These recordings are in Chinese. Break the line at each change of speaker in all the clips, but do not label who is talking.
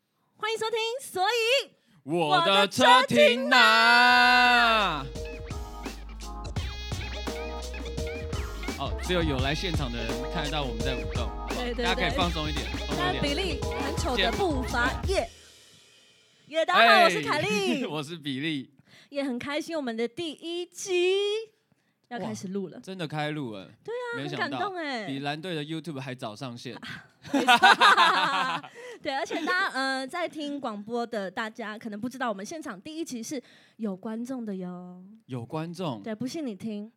迎收听。所以，
我的车停哪？哦，只有有来现场的人看得到我们在舞动，好不好
对对
大家可以
对
放松一点，放松
他
一
比
点。哎
例很丑的步伐，耶！耶，大家好，我是凯莉
哎 ，我是比利，
也很开心，我们的第一集要
哇
开始录了，
真的开路了，对啊没
很
想
感
到
动。哎啊
比。蓝队的 YouTube 还早上线，
对，而且大家呃，在听广播的大家可能不知道，我们现场第一集是有观众的哟。
有观众，
对，不信你听。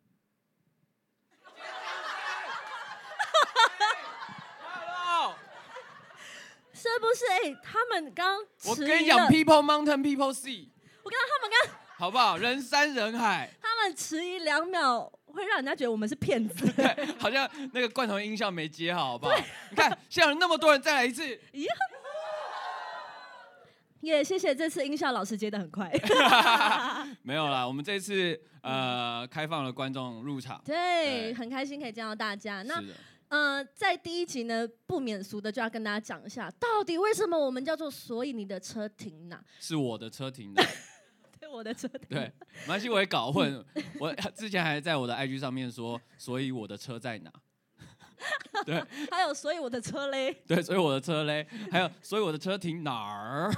是不是？哎、他们刚
我
迟
跟你
疑
讲
了
，People Mountain People Sea，
我跟他们刚
好不好？人山人海，
他们迟疑两秒，会让人家觉得我们是骗子。
对，好像那个罐头音效没接好，好不好？你看，现场那么多人，再来一次。
也、谢谢这次音效老师接的很快。
没有啦，我们这次呃开放了观众入场。对
对，很开心可以见到大家。嗯那
是的，
呃，在第一集呢，不免俗的就要跟大家讲一下，到底为什么我们叫做“所以你的车停哪
是我的车停的。”？
对，我的车停。
对，没关系，我也搞混。我之前还在我的 IG 上面说，所以我的车在哪？
还有，所以我的车嘞，
对，所以我的车嘞，还有所以我的车停哪儿？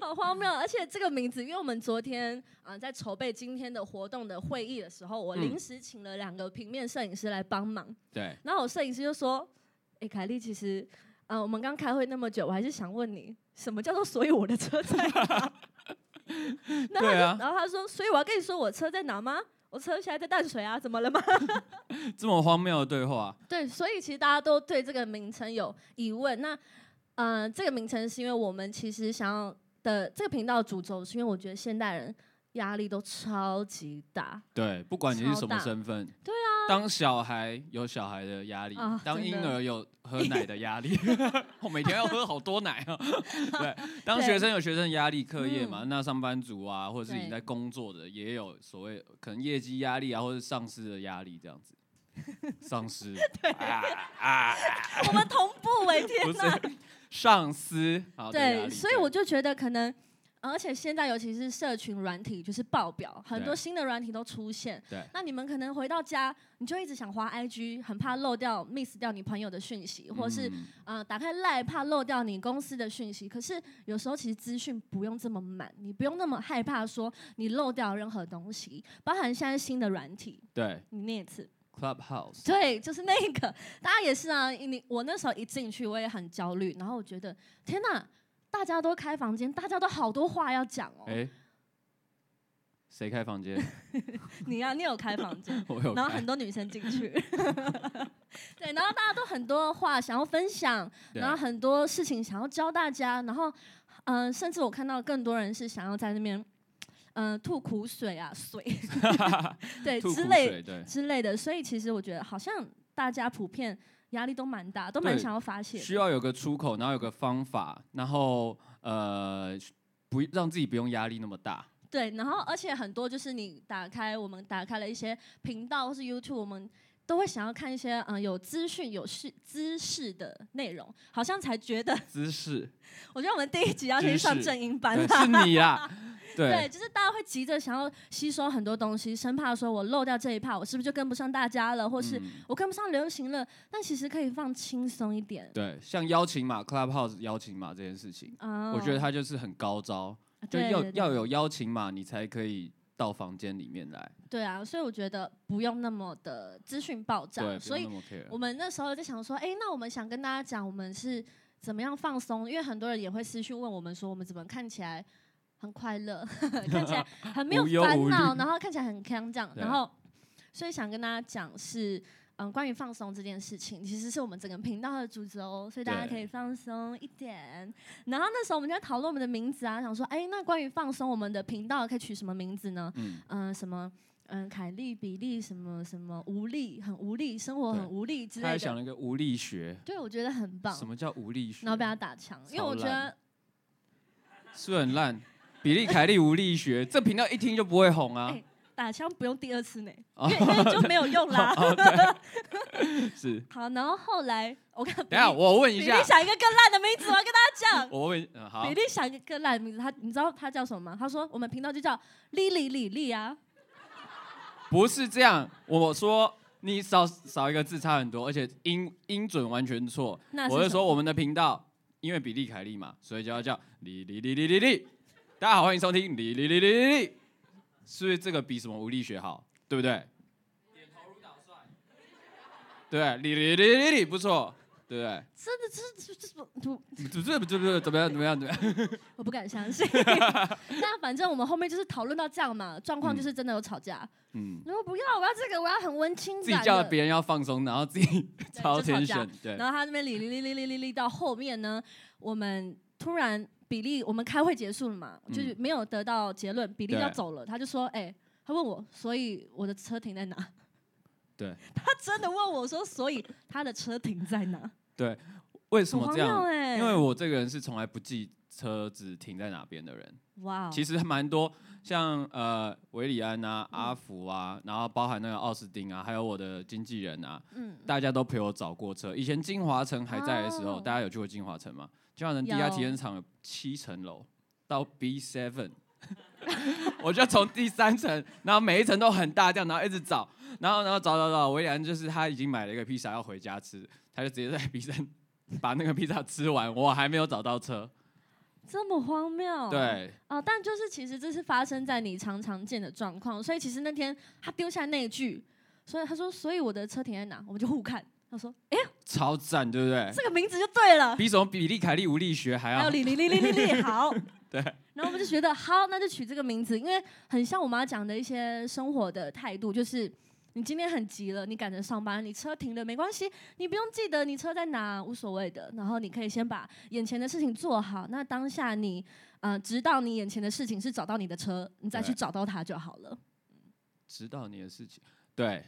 好荒谬。而且这个名字，因为我们昨天啊、呃在筹备今天的活动的会议的时候，我
嗯
临时请了两个平面摄影师来帮忙。
对，
然后我摄影师就说：“哎、凯莉，其实，呃，我们刚开会那么久，我还是想问你，什么叫做所以我的车在哪？” 然后他就
对啊
然后他说：“所以我要跟你说我车在哪吗？我车现在在淡水啊，怎么了吗
这么荒谬的对话，？”
对，所以其实大家都对这个名称有疑问。那，呃，这个名称是因为我们其实想要的这个频道的主轴，是因为我觉得现代人压力都超级大，
对，不管你是什
超
么
大
身份，对啊，当小孩有小孩的压力，
啊
当
真
婴
的
儿有喝奶的 压力，我每天要喝好多奶啊。对，当学生有学生的压力，课业嘛，那上班族啊，或者是你
嗯对
在工作的，也有所谓可能业绩压力啊，或者上司的压力这样子。上司，啊啊，
我们同步为天
不
呐。
是上司，好的压
对，
力
所以我就觉得可能，呃而且现在尤其是社群软体就是爆表，很多
对
新的软体都出现。
对
那你们可能回到家，你就一直想滑 IG，很怕漏掉、miss 掉你朋友的讯息，或是、
嗯
呃打开 Line 怕漏掉你公司的讯息。可是有时候其实资讯不用这么满，你不用那么害怕说你漏掉任何东西，包含现在新的软体，
对
你念一次。
Clubhouse，
对，就是那个， 大家也是啊。你我那时候一进去，我也很焦虑，然后我觉得天哪，大家都开房间，大家都好多话要讲哦。
哎，谁开房间？，
你啊，你有开房间
我有
然后
开
很多女生进去， 对，然后大家都很多话想要分享，
对
然后很多事情想要教大家，然后嗯、呃甚至我看到更多人是想要在那边嗯、呃吐苦水啊， 水，对
吐
之
苦
类
水，对，
之类的，所以其实我觉得好像大家普遍压力都蛮大，都蛮
对
想要发泄
需
的。
要有个出口，然后有个方法，然后呃，不让自己不用压力那么大。
对，然后而且很多就是你打开我们打开了一些频道或是 YouTube，我们都会想要看一些嗯、呃有资讯、有事知识的内容，好像才觉得，
姿势
我觉得我们第一集要
知
先上
识
正音班
对
啦。
是你 啦，
对，
对
就是大家会急着想要吸收很多东西，生怕说我漏掉这一趴，我是不是就跟不上大家了，或是
嗯
我跟不上流行了？但其实可以放轻松一点。
对，像邀请码 Clubhouse 邀请码这件事情，
啊
我觉得它就是很高招，就
对
要
对对
要有邀请码，你才可以到房间里面来。
对啊，所以我觉得不用那么的资讯爆炸。
对，
所以
不用那么 care
我们那时候在想说，哎、那我们想跟大家讲，我们是怎么样放松？因为很多人也会私讯问我们说，我们怎么看起来很快乐， 看 起来很没有
无忧
烦
无
恼，
虑
然后看起来很康这样。
对
然后，所以想跟大家讲是。嗯，关于放松这件事情，其实是我们整个频道的主轴，所以大家可
对
以放松一点。然后那时候我们就在讨论我们的名字啊，想说，哎、那关于放松，我们的频道可以取什么名字呢？
嗯，
嗯、什么嗯、凯利比利什么什么无力，很无力，生活很
对
无力之
他还
类
想
的。
了一个无力学，
对，我觉得很棒
什。么叫无力学
然后？被他打枪，因为
超
我觉得
烂是不是很烂。比利凯利无力学，这频道一听就不会红啊
哎！大打枪不用第二次呢，
哦
因为因为就没有 用啦。
是。
好，然后后来我看
等一下我问
比
一
利
下，
想一个更烂的名字，我要跟大家讲。
我问，嗯，好
比，利想一个更烂的名字，他你知道他叫什么吗？他说我们频道就叫莉莉莉莉啊。
不是这样，我说你少少一个字差很多，而且音音准完全错。
那是
我是
什么
说我们的频道，因为比利凯利嘛，所以就要叫李李李李李李。大家好，欢迎收听李李李李李李。是不是这个比什么无力学好？对不对？对，李李李李李不错，对不对？
真的，这这这不不，
怎么怎么怎么样怎么样怎么 样？
我不敢相 信。那反正我们后面就是讨论到这样嘛，状况就是真的有吵架。
嗯，
然后不要，我要这个，我要很文青感
自
的。
己叫别人要放松，然后自己
就
超
吵
天
架
选，对，
然后他那边理理理理理理理到后面呢，我们突然比利，我们开会结束了嘛，
嗯
就是没有得到结论，比利
对
要走了，他就说，哎、他问我，所以我的车停在哪？
对，
他真的问我说，所以他的车停在哪？
为什么
很荒
这样
谬？哎、
因为我这个人是从来不记车子停在哪边的人，
哇哦，
其实还蛮多，像呃维里安啊、
嗯
阿福啊，然后包含那个奥斯汀啊，还有我的经纪人啊，
嗯，
大家都陪我找过车。以前金华城还在的时候，
哦
大家有去过金华城吗？金华城地
有
下体验场有七层楼，到 B seven，我就从第三层，然后每一层都很大这样，然后一直找，然后然后找找找，维里安就是他已经买了一个披萨要回家吃，他就直接在 B 三 把那个披萨吃完，我还没有找到车，
这么荒谬，。
对，
哦，但就是其实这是发生在你常常见的状况，所以其实那天他丢下那一句，所以他说，所以我的车停在哪，我们就互看。他说
超赞，对不对？
这个名字就对了，
比什么比利凯利无力学还
还有
要
李李李李李李好。
对。
然后我们就觉得好，那就取这个名字，因为很像我妈讲的一些生活的态度，就是你今天很急了，你赶着上班，你车停了没关系，你不用记得你车在哪，无所谓的。然后你可以先把眼前的事情做好，那当下你呃，直到你眼前的事情是找到你的车，你再去
对
找到它就好了。
知道你的事情，对。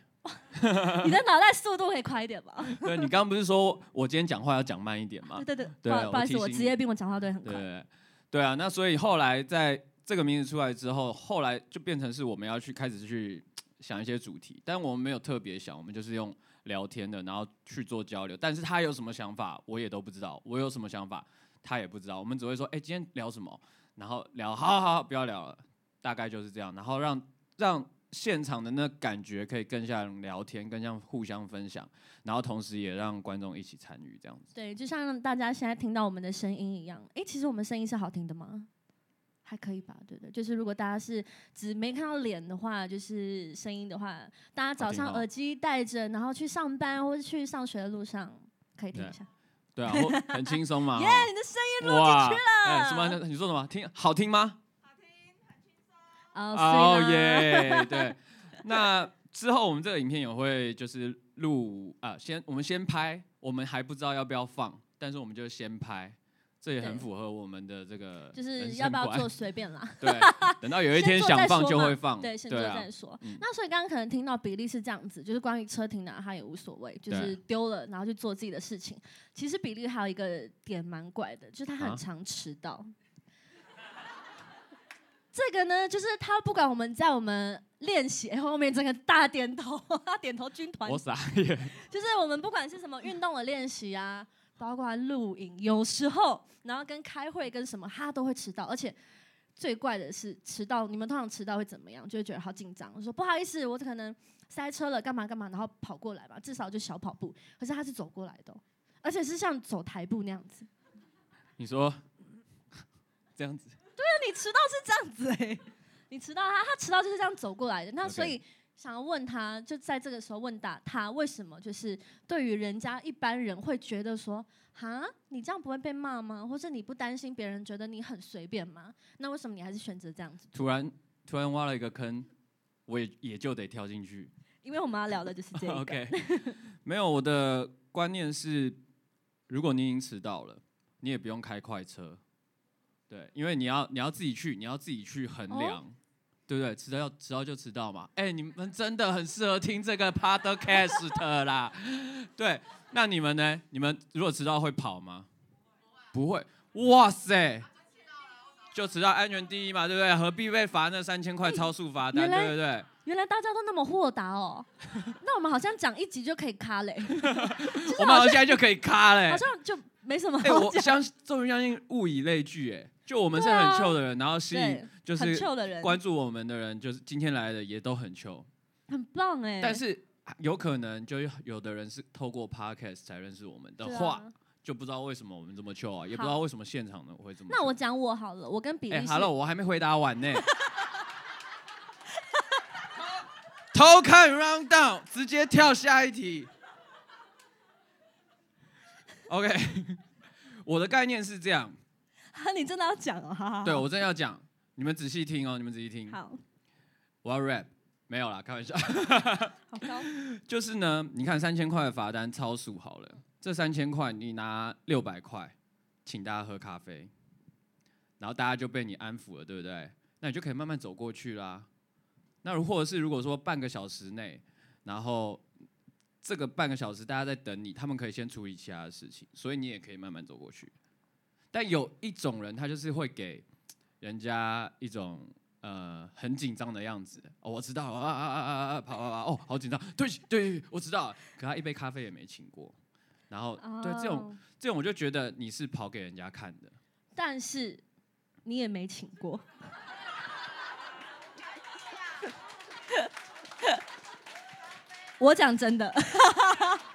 你的脑袋速度可以快一点吗？
对，你刚刚不是说我今天讲话要讲慢一点吗
对？对对，不
对
好不好
我
意思，
提
我
醒
职业病，我讲话都会很快。
对，对啊。那所以后来在这个名字出来之后，后来就变成是我们要去开始去想一些主题，但我们没有特别想，我们就是用聊天的，然后去做交流。但是他有什么想法，我也都不知道；我有什么想法，他也不知道。我们只会说，哎、今天聊什么？然后聊，好好好，不要聊了，大概就是这样。然后让让。现场的那感觉可以更像聊天，更像互相分享，然后同时也让观众一起参与，这样子。
对，就像大家现在听到我们的声音一样，诶，其实我们声音是好听的吗？还可以吧，对不对？就是如果大家是只没看到脸的话，就是声音的话，大家早
好
上
听哦
耳机戴着，然后去上班或者去上学的路上可以听一下。
对啊，我很轻 松嘛。
耶、
哦
你的声音录进
哇，
去
哎、
了。
什么？你说什么？听好听吗？
哦，
哦
所以呢
耶，对。那之后我们这个影片也会就是录啊，先我们先拍，我们还不知道要不要放，但是我们就先拍，这也很
对
符合我们的这个
就是
人生
要不要
观
做随便啦。
对，等到有一
先
天
做
想
再
放
说
就
嘛
会放，
对，先做
啊
再说。
嗯
那所以刚刚可能听到比利是这样子，就是关于车停哪他也无所谓，就是
对
丢了然后去做自己的事情。其实比利还有一个点蛮怪的，就是他很
啊
常迟到。这个呢，就是他不管我们在我们练习，哎、后面整个大点头， 他点头军团
我，傻眼，
就是我们不管是什么运动的练习啊，包括录影，有时候然后跟开会跟什么，他都会迟到，而且最怪的是迟到，你们通常迟到会怎么样？就会觉得好紧张，说不好意思，我可能塞车了，干嘛干嘛，然后跑过来吧，至少就小跑步。可是他是走过来的哦、而且是像走台步那样子。
你说这样子，
你迟到是这样子哎、你迟到他，他迟到就是这样走过来的。那
OK
所以想要问他，就在这个时候问打他为什么就是对于人家一般人会觉得说，哈，你这样不会被骂吗？或是你不担心别人觉得你很随便吗？那为什么你还是选择这 样子？
突然突然挖了一个坑，我也也就得跳进去。
因为我们要聊的就是 这个。
OK，没有，我的观念是，如果你已经迟到了，你也不用开快车，对，因为你要你要自己去，你要自己去衡
哦
量，对不对？迟到要迟到就迟到嘛。哎、你们真的很适合听这个 podcast 啦。对，那你们呢？你们如果迟到会跑吗？不会。哇塞！就只要安全第一嘛，对不对？何必被罚那三千块超速罚单，
原来
对不对？
原来大家都那么豁达哦。那我们好像讲一集就可以卡 嘞，
我们好像现在就可以卡嘞、
好像就没什么
哎、
好
我
讲。
相信，终于相信物以类聚、哎，就我们是
对啊
很臭的人，然后吸
对
引，就
很欸
是
chill 的人，
关注我们的人，就是今天来的也都很臭，
很棒哎。
但是有可能就有的人是透过 podcast 才认识我们的
对啊
话，就不知道为什么我们这么臭啊，也不知道为什么现场呢会这么臭。
那我讲我好了，我跟比利
哎、
是
h e l l o 我还没回答完呢。偷 看 round down，直接跳下一题。OK，我的概念是这样，
啊， 你真的要讲哦，好好好
对我真的要讲，你们仔细听哦，你们仔细听。
好
我要 rap，没有啦，开玩笑。
好高，
就是呢，你看三千块的罚单超速好了，这三千块你拿六百块，请大家喝咖啡，然后大家就被你安抚了，对不对？那你就可以慢慢走过去啦。那如或者是如果说半个小时内，然后这个半个小时大家在等你，他们可以先处理其他的事情，所以你也可以慢慢走过去。但有一种人，他就是会给人家一种呃很紧张的样子。哦，我知道啊啊啊啊啊啊，跑跑跑，哦，好紧张，对不起对不起，我知道了。可他一杯咖啡也没请过，然后 对这种
哦，
这种我就觉得你是跑给人家看的。
但是你也没请过， 我讲真的，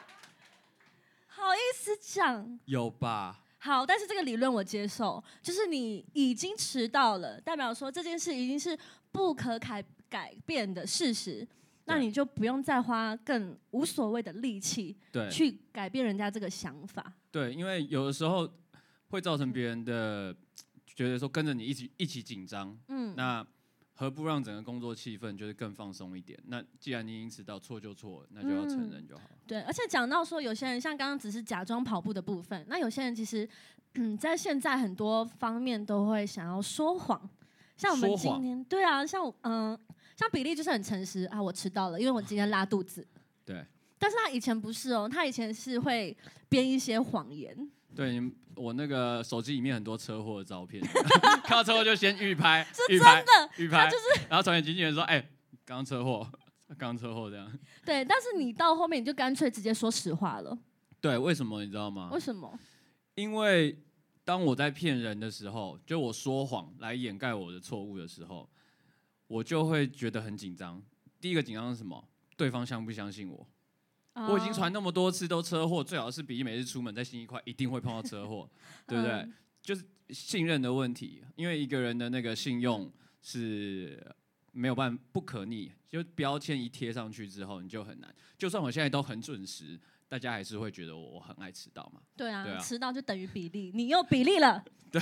好意思讲。
有吧？
好，但是这个理论我接受，就是你已经迟到了，代表说这件事已经是不可改改变的事实，那
对
你就不用再花更无所谓的力气
对
去改变人家这个想法。
对，因为有的时候会造成别人的觉得说跟着你一起一起紧张，
嗯，
那何不让整个工作气氛就是更放松一点？那既然你已经迟到，错就错，那就要承认就好。
对，而且讲到说，有些人像刚刚只是假装跑步的部分，那有些人其实，嗯，在现在很多方面都会想要说谎，像我们
说
今
谎
天，对啊，像我嗯、像比利就是很诚实啊，我迟到了，因为我今天拉肚子。
对。
但是他以前不是哦，他以前是会编一些谎言，
对，你们我那个手机里面很多车祸的照片， 看到车祸就先预拍，
是
预
真
拍，
的，
预
他
拍
就，是
然后从业经纪人说：“哎、刚刚车祸，刚刚车祸这样。
对。但是你到后面你就干脆直接说实话了，”
对，为什么你知道吗
为？什么？
因为当我在骗人的时候，就我说谎来掩盖我的错误的时候，我就会觉得很紧张。第一个紧张是什么？对方相不相信我？我已经
啊
传那么多次都车祸，最好是比利每次出门在新一块一定会碰到车祸，对不对
嗯？
就是信任的问题，因为一个人的那个信用是没有办不可逆，就标签一贴上去之后，你就很难。就算我现在都很准时，大家还是会觉得我我很爱迟到嘛。
对啊，
对啊
迟到就等于比例，你又比例了，
对，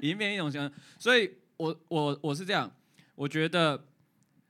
已经变一种相，所以我我我是这样，我觉得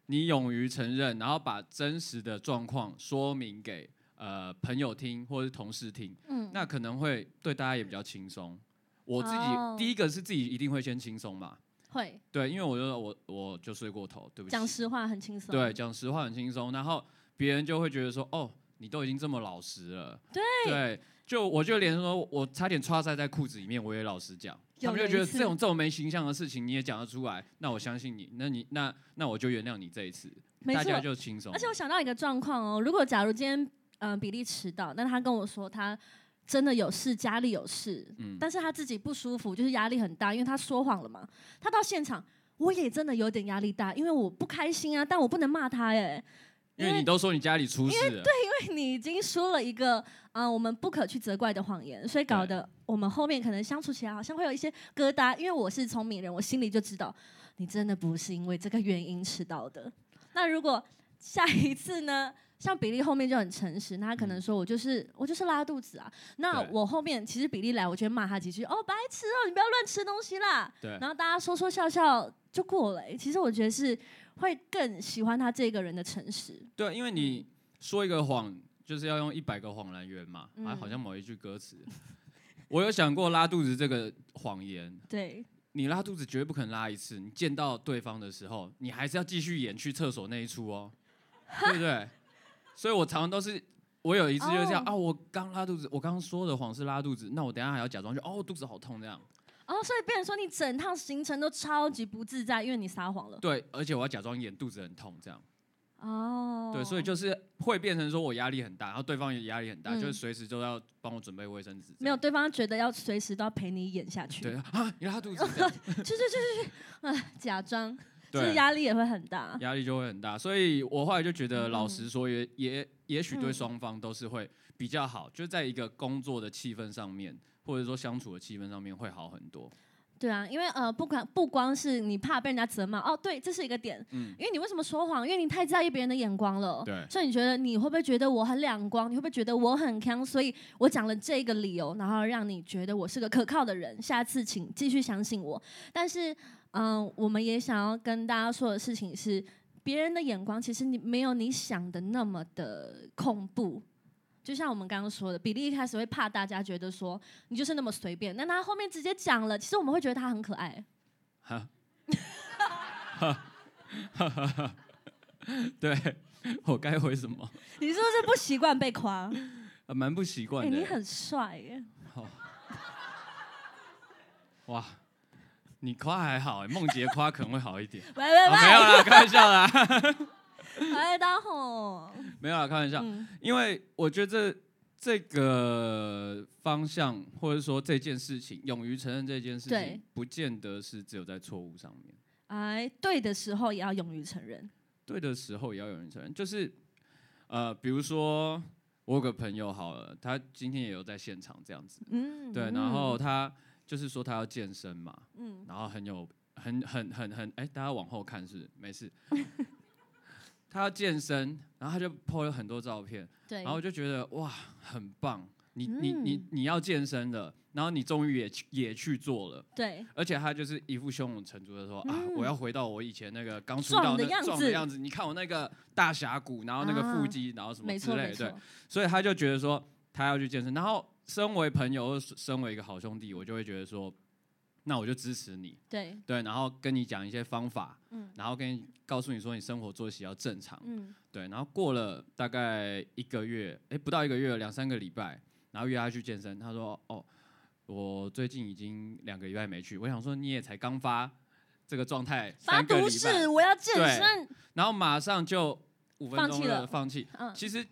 你勇于承认，然后把真实的状况说明给呃朋友听或是同事听，
嗯，
那可能会对大家也比较轻松。我自己、
哦
第一个是自己一定会先轻松嘛，
会
对，因为我就说我我就睡过头，对不起，
讲实话很轻松，
对，讲实话很轻松，然后别人就会觉得说，哦，你都已经这么老实了，
对
就我就连说我差点插塞在裤子里面，我也老实讲，他
有
们就
有一
觉得
次
这种这种没形象的事情你也讲得出来，那我相信你，那你那那我就原谅你这一次，
没
大
错
家。就轻松了，
而且我想到一个状况哦，如果假如今天嗯、呃比利迟到，那他跟我说他真的有事，家里有事，
嗯
但是他自己不舒服，就是压力很大，因为他说谎了嘛。他到现场，我也真的有点压力大，因为我不开心啊，但我不能骂他耶，
因为你都说你家里出事了，对，
你已经说了一个啊、呃我们不可去责怪的谎言，所以搞得我们后面可能相处起来好像会有一些疙瘩。因为我是聪明人，我心里就知道你真的不是因为这个原因迟到的。那如果下一次呢？像比利后面就很诚实，那他可能说我就是、我就是拉肚子啊。那
对
我后面其实比利来，我就会骂他几句哦，白痴哦，你不要乱吃东西啦。然后大家说说笑笑就过了欸、其实我觉得是会更喜欢他这个人的诚实。
对，因为你说一个谎，就是要用一百个谎来圆嘛，啊，
嗯
好像某一句歌词。我有想过拉肚子这个谎言，
对，
你拉肚子绝对不可能拉一次，你见到对方的时候，你还是要继续演去厕所那一出哦，对不对？ 所以我常常都是，我有一次就是这样、
哦
啊，我刚拉肚子，我刚刚说的谎是拉肚子，那我等一下还要假装就哦肚子好痛这样，
哦，所以变成说你整趟行程都超级不自在，因为你撒谎了。
对，而且我要假装演肚子很痛这样。
哦，
对，所以就是会变成说我压力很大，然后对方也压力很大，
嗯
就是随时都要帮我准备卫生纸。
没有，对方觉得要随时都要陪你演下去，
对啊，你拉肚子这样，
去去去去 去，啊，假装，这
对，
压力也会很大。
压力就会很大。所以我后来就觉得，
嗯
老实说也，也也许对
嗯
双方都是会比较好，就在一个工作的气氛上面，或者说相处的气氛上面会好很多。
对啊，因为呃，不管不光是你怕被人家责骂，哦，对，这是一个点。
嗯，
因为你为什么说谎？因为你太在意别人的眼光了。
对
所以你觉得你会不会觉得我很两光？你会不会觉得我很强？所以我讲了这个理由，然后让你觉得我是个可靠的人。下次请继续相信我。但是，嗯、我们也想要跟大家说的事情是，别人的眼光其实你没有你想的那么的恐怖。就像我们刚刚说的，比利一开始会怕大家觉得说你就是那么随便，但他后面直接讲了，其实我们会觉得他很可爱。
哈，对，我该回什么？
你是不是不习惯被夸？
呃蛮不习
哎、
惯的、
你很帅耶！
哇，你夸还好、欸，梦洁夸可能会好一 点。
喂喂
啊没有
喂，
啦，开玩笑啦，
哎，大吼！
没有啦，开玩笑。
嗯
因为我觉得这这个方向，或者说这件事情，勇于承认这件事
对
情，不见得是只有在错误上面，
哎，对的时候也要勇于承认。
对的时候也要有人承认。就是呃，比如说我有个朋友好了，他今天也有在现场这样子，
嗯，
对，然后他就是说他要健身嘛，
嗯，
然后很有很很很很哎、大家往后看是 没事。他要健身，然后他就 po 了很多照片，
对
然，后我就觉得哇，很棒！你你你
嗯
你要健身了，然后你终于也去也去做了，
对，
而且他就是一副胸有成竹的说、啊，我要回到我以前那个刚
嗯
出
壮
道
的
那
样
壮
子
的样子。你看我那个大峡谷，然后那个
啊
腹肌，然后什么
没
之
错没
类的，对
错，，
所以他就觉得说他要去健身。然后身为朋友，或是身为一个好兄弟，我就会觉得说，那我就支持你，
对，
对，然后跟你讲一些方法，
嗯
然后跟你告诉你说你生活作息要正常，
嗯，
对，然后过了大概一个月，哎，不到一个月，两三个礼拜，然后约他去健身，他说：“哦，我最近已经两个礼拜没去。”我想说你也才刚发这个状态
发
三个
毒
礼
誓，
拜，
我要健
对
身。
然后马上就五分
放
钟
弃了
放弃。
嗯，
其实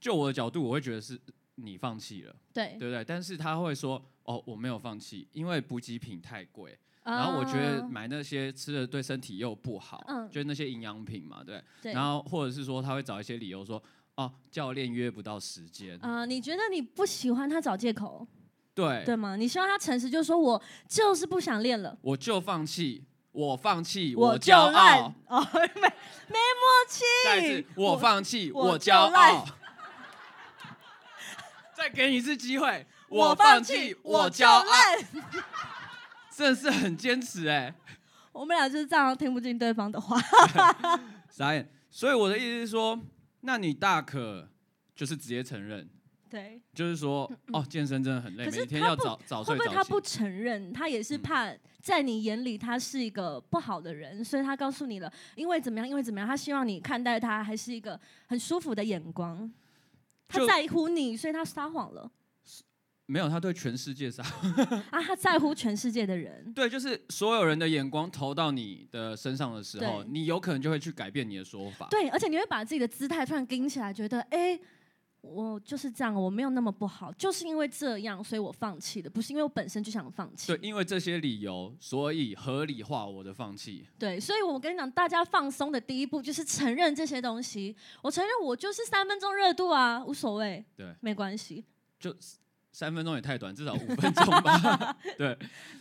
就我的角度，我会觉得是你放弃了，
对
对。不对？但是他会说：“哦，我没有放弃，因为补给品太贵。”然后我觉得
啊，
买那些吃的对身体又不好，
嗯
就是那些营养品嘛，对。
对
然后或者是说他会找一些理由说，哦，教练约不到时间，
啊，你觉得你不喜欢他找借口，
对，
对吗？你希望他诚实，就说我就是不想练了，
我就放弃，我放弃，
就
骄傲
烂。。哦，没没默契。
再一次，我放弃，
我
我
就
骄傲
烂。
再给你一次机会，
我
放
弃
弃，，我
就
骄傲。
烂。
真的是很坚持哎、
我们俩就是这样听不进对方的话。
傻眼。所以我的意思是说，那你大可就是直接承认。
对，
就是说，哦，健身真的很累，
嗯可是
每天
他
要
不
早早
会
睡
不会
早
他
起
不承认，他也是
嗯
怕在你眼里他是一个不好的人，所以他告诉你了，因为怎么样，因为怎么样，他希望你看待他还是一个很舒服的眼光。他
就
在乎你，所以他撒谎了
没有，他对全世界撒谎。
啊！他在乎全世界的人，
对，就是所有人的眼光投到你的身上的时候，
对
你有可能就会去改变你的说法。
对，而且你会把自己的姿态突然盯起来，觉得哎、我就是这样，我没有那么不好，就是因为这样，所以我放弃的，不是因为我本身就想放弃
对，。因为这些理由，所以合理化我的放弃。
对，所以我跟你讲，大家放松的第一步就是承认这些东西。我承认我就是三分钟热度啊，无所谓，
对，
没关系。
三分钟也太短，至少五分钟 吧。对，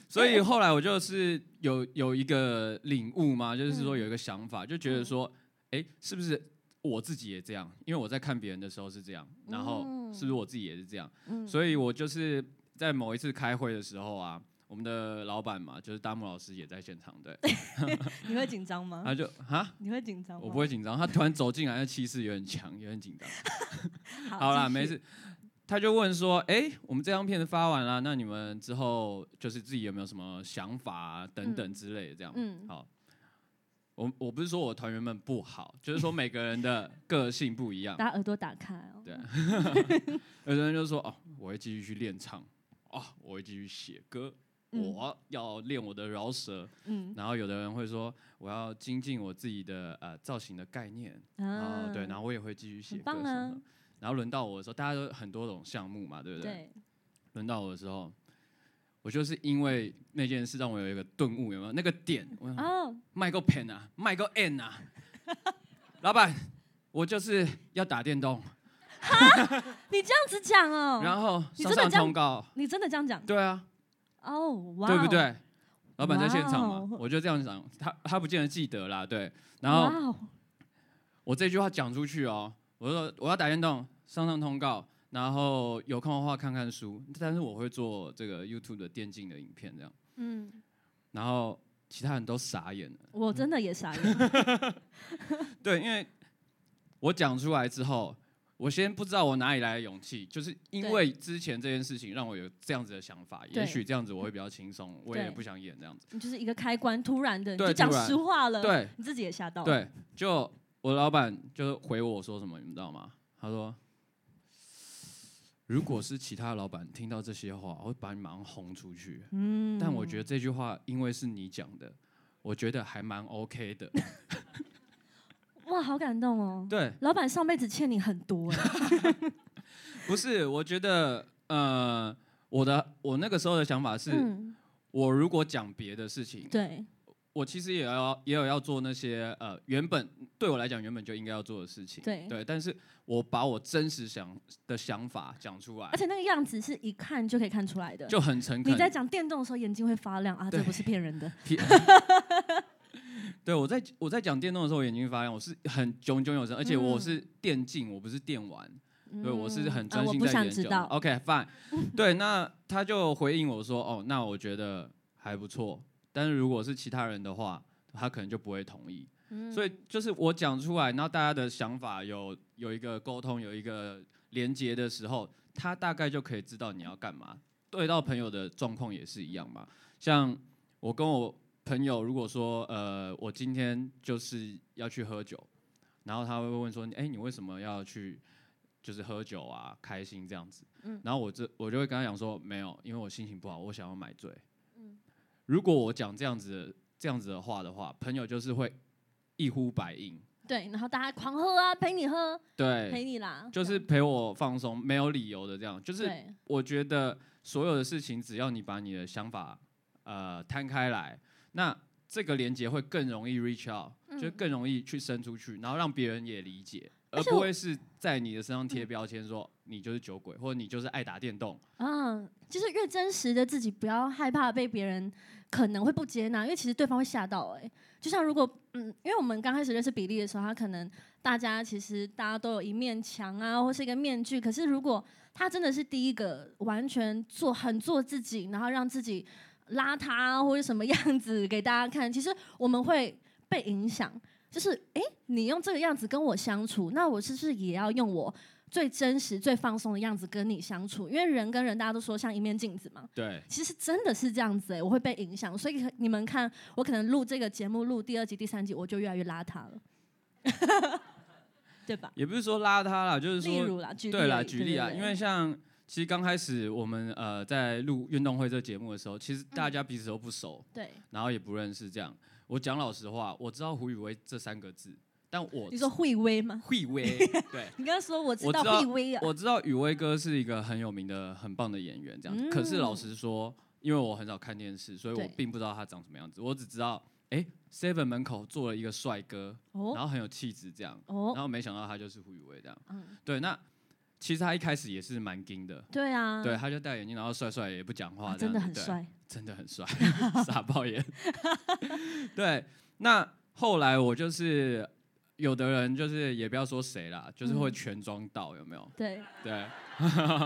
所以后来我就是有有一个领悟嘛，就是说
嗯
有一个想法，就觉得说，哎、是不是我自己也这样？因为我在看别人的时候是这样，然后
嗯
是不是我自己也是这样？
嗯，
所以我就是在某一次开会的时候啊，我们的老板嘛，就是大木老师也在现场，对，
你会紧张吗？
他就哈，
你会紧张吗？
啊我不会紧张，他突然走进来，那气势有点强，有点紧张。
好。
好啦，
继续
没。事。他就问说：“哎、我们这张片子发完了，那你们之后就是自己有没有什么想法、啊、等等之类的？这样，
嗯
好。我我不是说我团员们不好，就是说每个人的个性不一样。
大家耳朵打开哦。
对有的人就说：“哦，我会继续去练唱，哦，我会继续写歌，
嗯
我要练我的饶舌，
嗯，
然后有的人会说我要精进我自己的呃造型的概念，啊、
啊
对，然后我也会继续写
很
歌什
棒
么
啊
的。然后轮到我的时候，大家都很多种项目嘛，对不对？
对，
轮到我的时候，我就是因为那件事让我有一个顿悟，有没有？那个点，我想
哦，
卖个 pen 啊，卖个 n 啊，老板，我就是要打电动，
你这样子讲哦，
然后
你真
上
的
上
这样
通告，
你真的这样讲
对啊，
哦，哇，
对不？对？老板在现场
哇哦，
嘛我就这样讲，他他不见得记得啦，对。然后
哇哦，
我这句话讲出去哦，我说我要打电动，上上通告，然后有空的话看看书，但是我会做这个 YouTube 的电竞的影片这样，
嗯，
然后其他人都傻眼了，
我真的也傻眼，
对，因为我讲出来之后，我先不知道我哪里来的勇气，就是因为之前这件事情让我有这样子的想法，
对
也许这样子我会比较轻松，我也
对
不想演这样子，
你就是一个开关，突然的你
对
就讲
突然
实话了，，
对
你自己也吓到，，
对，就我老板就回我说什么，你们知道吗？他说。如果是其他老板听到这些话，我会把你马上轰出去。
嗯
但我觉得这句话因为是你讲的，我觉得还蛮 OK 的。
得哇，好感动哦，
对，
老板上辈子欠你很多哎，
不是，我觉得呃，我的我那个时候的想法是，
嗯，
我如果讲别的事情，
对，
我其实也要也有要做那些呃原本对我来讲原本就应该要做的事情。
对
但是我把我真实想的想法讲出来
而，且那个样子是一看就可以看出来的。
就很诚恳。
你在讲电动的时候，眼睛会发亮啊，这
对
不是骗 人的。
屁对，我在我在讲电动的时候，我眼睛发亮，我是很炯炯有神，而且我是电竞，我不是电玩。对，我是
嗯
很
啊
专
我
心
不
在
想
研
知
究。
道
OK fine，对，那他就回应我说，哦，那我觉得还不错，但是如果是其他人的话，他可能就不会同意。
嗯
所以就是我讲出来，然后大家的想法有有一个沟通，有一个连接的时候，他大概就可以知道你要干嘛。对到朋友的状况也是一样嘛，像我跟我朋友如果说，呃，我今天就是要去喝酒，然后他会问说，哎、你为什么要去就是喝酒啊，开心这样子。然后我这我就会跟他讲说，没有，因为我心情不好，我想要买醉。如果我讲这样子的这样子的话的话，朋友就是会一呼百应，
对，然后大家狂喝啊，陪你喝，陪
对，
你啦，
就是陪我放松，没有理由的这样。就
这样
是
对
我觉得所有的事情，只要你把你的想法呃摊开来，那这个连接会更容易 reach out，、就更容易去伸出去，然后让别人也理解，
嗯
而
而且
不
我
会是在你的身上贴标签说你就是酒鬼，或者你就是爱打电动。
嗯，就是越真实的自己，不要害怕被别人可能会不接纳，因为其实对方会吓到哎、就像如果嗯，因为我们刚开始认识比利的时候，他可能大家其实大家都有一面墙啊，或是一个面具，可是如果他真的是第一个完全做很做自己，然后让自己邋遢啊或者什么样子给大家看，其实我们会被影响。就是诶，你用这个样子跟我相处，那我是不是也要用我最真实、最放松的样子跟你相处？因为人跟人，大家都说像一面镜子嘛。
对，
其实真的是这样子、诶，我会被影响，所以你们看，我可能录这个节目，录第二集、第三集，我就越来越邋遢了， 对吧？
也不是说邋遢啦，就是
例
说
如啦，举例
对
而
啦，
已
举
对
例
对
啊，
对
因为像其实刚开始我们呃在录运动会这节目的时候，
嗯
其实大家彼此都不熟，
对
然后也不认识这样。我讲老实话，我知道胡宇威这三个字，但我
你说会威吗？
惠 威，对，
你刚刚说我知
我
道
知道
会威啊，
我知道宇威哥是一个很有名的、很棒的演员，这样子。可是老实说，因为我很少看电视，所以我
嗯对
并不知道他长什么样子。我只知道，哎，Seven 门口坐了一个帅哥，然
哦
后很有气质这样，然
哦，
后没想到他就是胡宇威这样。
嗯，
对，那其实他一开始也是蛮硬的，
对啊，
对，他就戴眼镜，然后帅帅也不讲话、
啊，
这样
真的
子
很，
对
帅，
真的很帅， 傻爆眼。 对，那后来我就是有的人就是也不要说谁啦，就是会
嗯
全装到，有没有？
对，
对，哈哈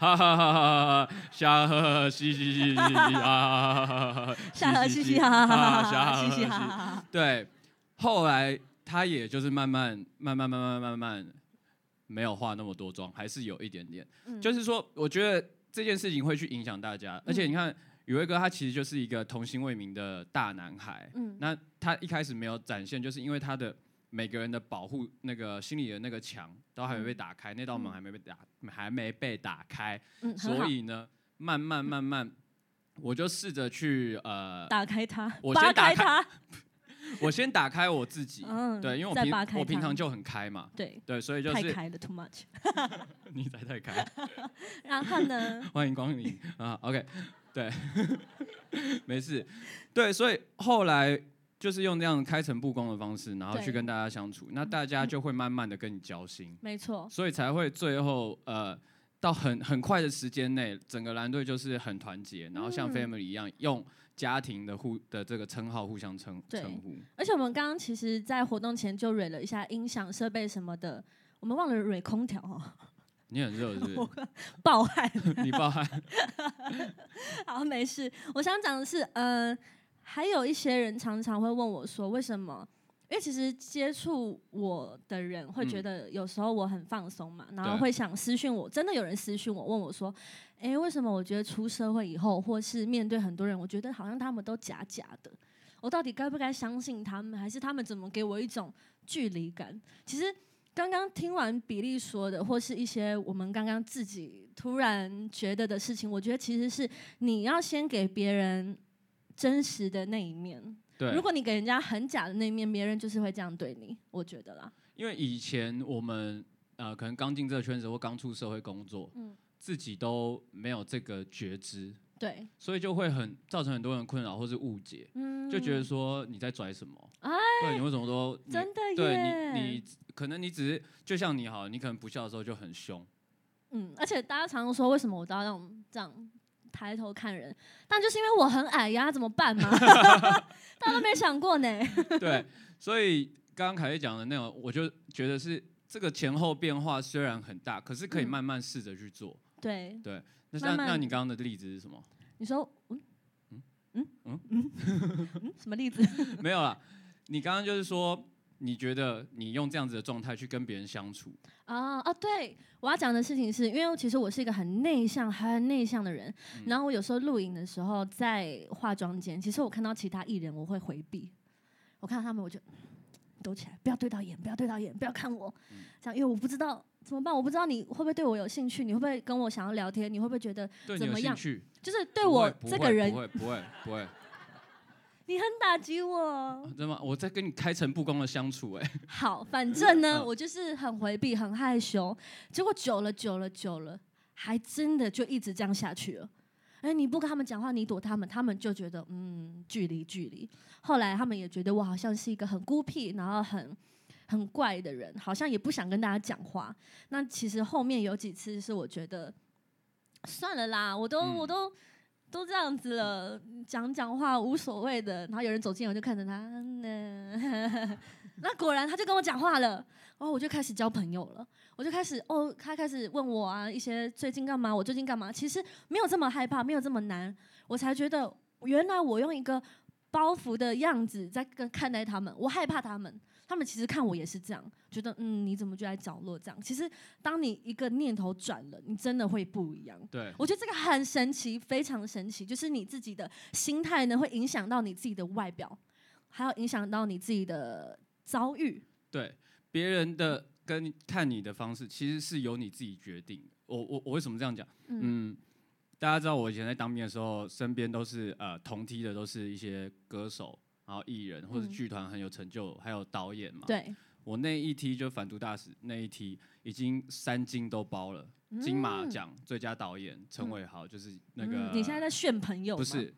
哈哈哈，瞎呵呵， 嘻嘻嘻嘻嘻，哈哈哈哈，
下颌嘻嘻哈哈哈哈
瞎
哈，
呵
嘻嘻
嘻
哈哈哈哈，
对，后来他也就是慢慢、慢慢、慢慢、慢慢，没有化那么多妆，还是有一点点。
嗯
就是说，我觉得这件事情会去影响大家，而且你看，宇威哥他其实就是一个童心未泯的大男孩。
嗯
那他一开始没有展现，就是因为他的每个人的保护那个心里的那个墙都还没被打开，那道门还没被打，还没被打开，
嗯，很好
所以呢，慢慢慢慢，我就试着去呃，
打开它，
我
扒
先打
开
开
它，
我先打开我自己，
嗯
对，因为我
再扒
平
开
我平
它
常就很开嘛，
对，
对，所以就
太
是
开了，too much。
你才太开，
然后呢，
欢迎光临啊，OK，对， 没事，对，所以后来就是用这样开诚布公的方式，然后去
对嗯
跟大家相处，那大家就会慢慢的跟你交心，
没错，
所以才会最后呃。到很很快的时间内，整个蓝队就是很团结，然后
嗯
像 family 一样，用家庭的互的这个称号互相称
对
称呼。
而且我们刚刚其实，在活动前就蕊了一下音响设备什么的，我们忘了蕊空调哦，
你很热 是不是？
爆 汗。
你爆汗，
好，没事。我想讲的是，嗯、还有一些人常常会问我说，为什么？因为其实接触我的人会觉
嗯
得有时候我很放松嘛，然后
对
会想私讯我。真的有人私讯我问我说，诶，为什么我觉得出社会以后，或是面对很多人，我觉得好像他们都假假的。我到底该不该相信他们，还是他们怎么给我一种距离感？其实刚刚听完比利说的，或是一些我们刚刚自己突然觉得的事情，我觉得其实是你要先给别人真实的那一面。
对
如，果你给人家很假的那一面，别人就是会这样对你，我觉得啦。
因为以前我们呃可能刚进这个圈子或刚出社会工作，
嗯
自己都没有这个觉知，
对，
所以就会很造成很多人困扰或是误解，
嗯，
就觉得说你在拽什么？
哎
对，你为什么都你
真的耶，
对你你可能你只是就像你好，你可能不笑的时候就很凶，
嗯，而且大家常常说，为什么我都要让这样抬头看人？但就是因为我很矮呀，怎么办嘛？ 大家都没想过呢。
对，所以刚刚凯丽讲的那种，我就觉得是这个前后变化虽然很大，可是可以
嗯
慢慢试着去做。
对，
那
慢
那
慢
那你刚刚的例子是什么？
你说，嗯
嗯
嗯
嗯
嗯嗯，什么例子？
没有啦，你刚刚就是说，你觉得你用这样子的状态去跟别人相处，
啊啊，对，我要讲的事情是因为其实我是一个很内向、很内向的人，
嗯
然后我有时候录影的时候在化妆间，其实我看到其他艺人，我会回避，我看到他们我就躲起来，不要对到眼，不要对到眼，不要看我，
嗯
这样，因为我不知道怎么办，我不知道你会不会对我有兴趣，你会不会跟我想要聊天，你会不会觉得
对你
怎
有
么
兴
样
趣？
就是对
不
我
会不
这
会
个人
不，会不会不会，
你很打击我。哦
真的吗？我在跟你开诚布公的相处、哎，
好，反正呢，
嗯
我就是很回避、很害羞，结果久了、久了、久了，还真的就一直这样下去了。哎，你不跟他们讲话，你躲他们，他们就觉得嗯，距离距离。后来他们也觉得我好像是一个很孤僻，然后很很怪的人，好像也不想跟大家讲话。那其实后面有几次是我觉得算了啦，我都、
嗯
我都都这样子了，讲讲话无所谓的。然后有人走进来，我就看着他，嗯，那 果然他就跟我讲话了，然后我就开始交朋友了。我就开始哦，他开始问我啊，一些最近干嘛，我最近干嘛。其实没有这么害怕，没有这么难，我才觉得原来我用一个包袱的样子在跟看待他们，我害怕他们。他们其实看我也是这样，觉得嗯，你怎么就在角落这样？其实当你一个念头转了，你真的会不一样。
对
我觉得这个很神奇，非常神奇，就是你自己的心态呢，会影响到你自己的外表，还有影响到你自己的遭遇。
对，别人的跟看你的方式其实是由你自己决定的。我我我为什么这样讲？嗯。大家知道我以前在当兵的时候，身边都是呃同梯的，都是一些歌手，然后艺人或者
嗯
剧团很有成就，还有导演嘛。
对，
我那一梯就反毒大使那一梯，已经三金都包了，金马
嗯
奖最佳导演陈
嗯
伟豪就是那个。
嗯你现在在炫朋友吗？
不是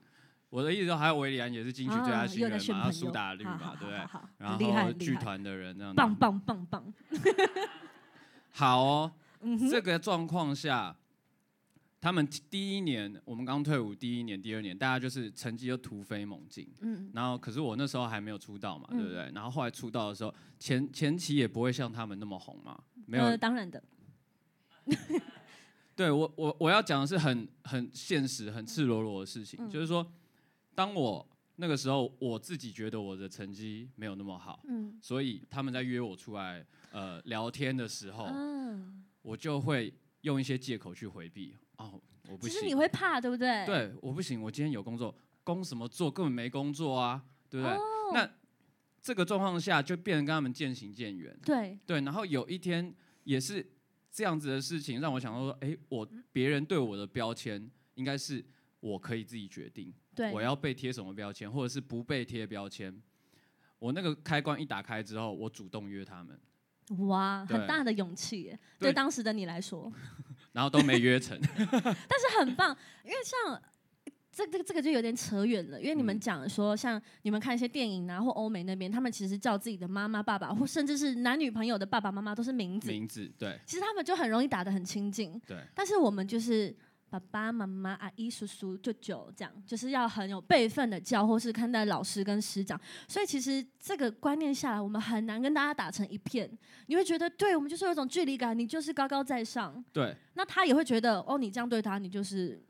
我的意思，还有维里安也是金曲最佳
啊
新
又在
人
炫
嘛，
朋
还有
友，
苏打绿
好
嘛，对不？对？
好好好
然
很厉害
后
很厉
剧
害
团的人这样子
棒棒棒棒，
好哦，
嗯哼，
这个状况下，他们第一年我们刚退伍，第一年、第二年，大家就是成绩就突飞猛进。
嗯
然后，可是我那时候还没有出道嘛，
嗯
对不对？然后后来出道的时候，前前期也不会像他们那么红嘛，没有。
呃，当然的，
对我我我要讲的是很很现实、很赤裸裸的事情，
嗯
就是说，当我那个时候我自己觉得我的成绩没有那么好，
嗯
所以他们在约我出来呃聊天的时候，
嗯，
我就会用一些借口去回避。哦，我不
其
行
实，你会怕，对不对？，
对，我不行，我今天有工作，工什么做，根本没工作啊，对
哦
不对？那这个状况下就变得跟他们渐行渐远。
对，
对，然后有一天也是
嗯
这样子的事情，让我想到说，哎、我别人对我的标签应该是。我可以自己决定
对
我要被贴什么标签，或者是不被贴标签。我那个开关一打开之后，我主动约他们，
哇，很
对
大的勇气耶，
对
对当时的你来说，
然后都没约成。
但是很棒， 因为像。这这这个就有点扯远了，因为你们
嗯
讲说，像你们看一些电影啊，或欧美那边，他们其实叫自己的妈妈、爸爸，或甚至是男女朋友的爸爸妈妈都是名字，
名字对
其实他们就很容易打得很亲近。
对，
但是我们就是爸爸妈妈、阿姨、叔叔、舅舅这样，就是要很有辈分的叫，或是看待老师跟师长。所以其实这个观念下来，我们很难跟大家打成一片。你会觉得，对我们就是有一种距离感，你就是高高在上。
对
那他也会觉得，哦，你这样对他，你就是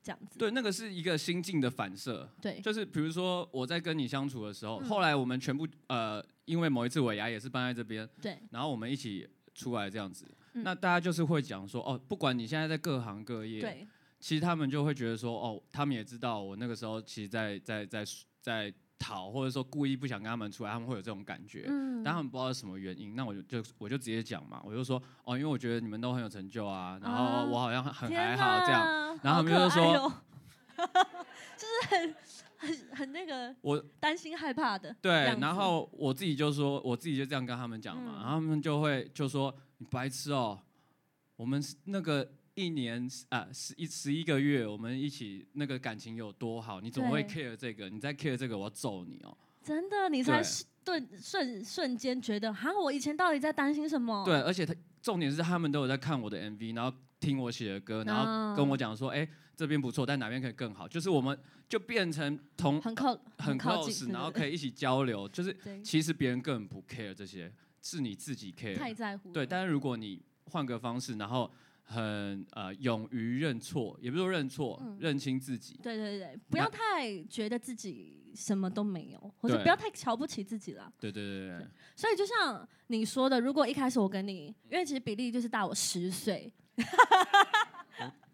这样子。
对，那个是一个心境的反射。
对
就是比如说我在跟你相处的时候，
嗯
后来我们全部呃，因为某一次尾牙也是搬在这边，
对
然后我们一起出来这样子，
嗯
那大家就是会讲说哦，不管你现在在各行各业，
对
其实他们就会觉得说哦，他们也知道我那个时候其实在在在在逃，或者说故意不想跟他们出来，他们会有这种感觉。
嗯
但他们不知道是什么原因，那我就就我就直接讲嘛，我就说哦，因为我觉得你们都很有成就啊，然
啊
后我好像很
天
还好这样，
哪
然后他们就
好可爱
说
哦 就是很很很那个
我
担心害怕的
对，
样子
然后我自己就说，我自己就这样跟他们讲嘛，
嗯
然后他们就会就说你白痴哦，我们是那个一年啊十一十一个月，我们一起那个感情有多好，你怎么会
对
care 这个？你再 care 这个，我要揍你哦。
真的，你才
对
是顿瞬瞬间觉得，哈，我以前到底在担心什么？
对，而且他重点是他们都有在看我的 MV，然后听我写的歌，然
啊
后跟我讲说，哎、这边不错，但哪边可以更好？就是我们就变成同
很靠
很
靠近，
close，然后
对
可以一起交流。就是
对对
其实别人根本不 care 这些，是你自己 care。
太在乎了。
对，但是如果你换个方式，然后很呃勇于认错，也不是说认错，
嗯
认清自己，
对对对，不要太觉得自己什么都没有，或者
对
不要太瞧不起自己啦。
对对对对对，
所以就像你说的，如果一开始我跟你，因为其实比利就是大我十岁，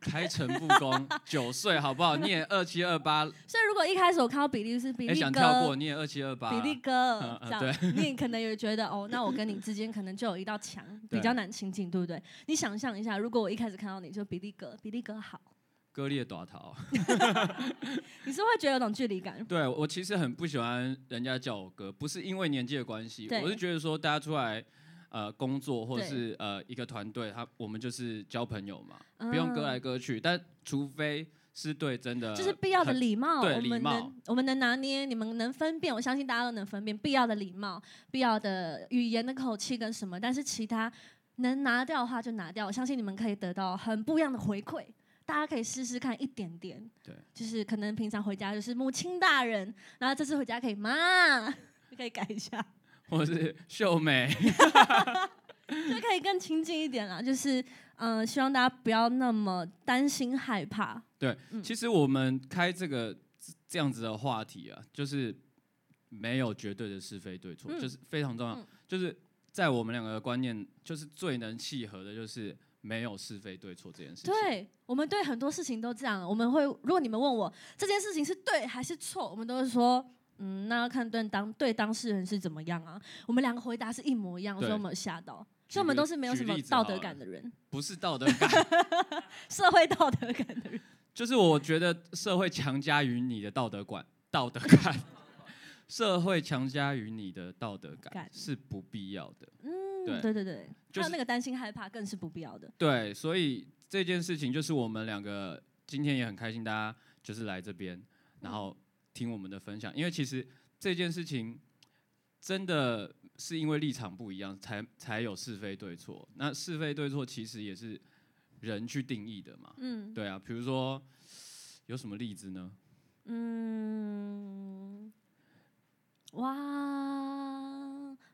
开诚布公，九岁好不好？你也二七二八，
所以如果一开始我看到比利是 比
也
利
想
哥，
跳过，你也二七二八
比，利哥
嗯
这
嗯
样，你也可能也觉得哦，那我跟你之间可能就有一道 墙，比
对
较难亲近，对不对？你想象一下，如果我一开始看到你就比利哥，比利哥好，
割裂短逃。
你是会觉得有种距离感，
对我其实很不喜欢人家叫我哥，不是因为年纪的关系，
对
我是觉得说大家出来。呃，工作或者
对
是呃一个团队，他我们就是交朋友嘛，不用啊
嗯
割来割去。但除非是对真的，
就是必要的礼貌，
呃对
我
礼
们
貌
能我们能拿捏，你们能分辨，我相信大家都能分辨必要的礼貌、必要的语言的口气跟什么，但是其他能拿掉的话就拿掉，我相信你们可以得到很不一样的回馈。大家可以试试看一点点，
对，
就是可能平常回家就是母亲大人，然后这次回家可以妈， 就可以改一下，
或者是秀美，
就可以更亲近一点啦。就是嗯、呃希望大家不要那么担心害怕，
对，
嗯
其实我们开这个这这样子的话题啊，就是没有绝对的是非对错，
嗯
就是非常重要。
嗯
就是在我们两个的观念，就是最能契合的，就是没有是非对错这件事情。
对，我们对很多事情都这样。我们会，如果你们问我这件事情是对还是错，我们都会说，嗯，那要看对当对当事人是怎么样啊。我们两个回答是一模一样，所以
对
我们有吓到，
举
所以我们
例
都是没有
举
什么
例子
道
好
德
了
感的人，
不是道德 感，
社会道德感的人。
就是我觉得社会强加于你的道德观、道德感， 社会强加于你的道德感
感
是不必要的。
嗯，
对
对对对，
就
还有
是
那个担心害怕更是不必要的。
对，所以这件事情就是我们两个今天也很开心，大家就是来这边，然后听我们的分享，因为其实这件事情真的是因为立场不一样，才才有是非对错。那是非对错其实也是人去定义的嘛，
嗯
对啊，比如说有什么例子呢？
嗯，哇。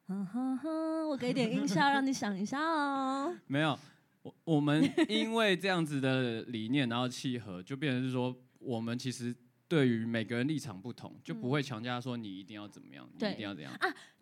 嗯哼哼，我给点音效让你想一下哦。
没有，我我们因为这样子的理念，然后契合，就变成是说，我们其实对于每个人立场不同，就不会强加说你一定要怎么样，你
对
一定要怎样。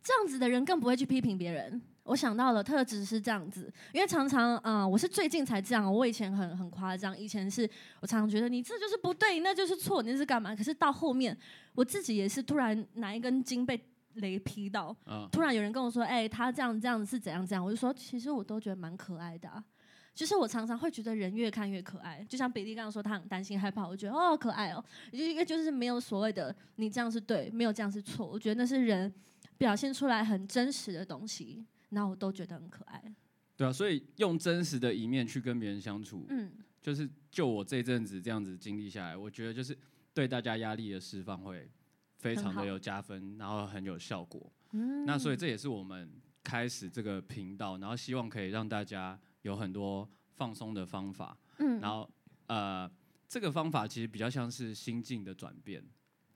这样子的人更不会去批评别人。我想到了，特质是这样子，因为常常，啊，我是最近才这样，我以前很很夸张，以前是我常常觉得你这就是不对，那就是错，你这是干嘛？可是到后面，我自己也是突然哪一根筋被雷劈到，
嗯，
突然有人跟我说，哎、他这样这样是怎样怎样，我就说，其实我都觉得蛮可爱的啊、就是我常常会觉得人越看越可爱，就像比利刚刚说他很担心害怕，我觉得哦可爱哦，就一个就是没有所谓的你这样是对，没有这样是错，我觉得那是人表现出来很真实的东西，然后我都觉得很可爱。
对啊，所以用真实的一面去跟别人相处，
嗯，
就是就我这阵子这样子经历下来，我觉得就是对大家压力的释放会非常
很好
的有加分，然后很有效果。
嗯
那所以这也是我们开始这个频道，然后希望可以让大家有很多放松的方法。
嗯
然后呃，这个方法其实比较像是心境的转变，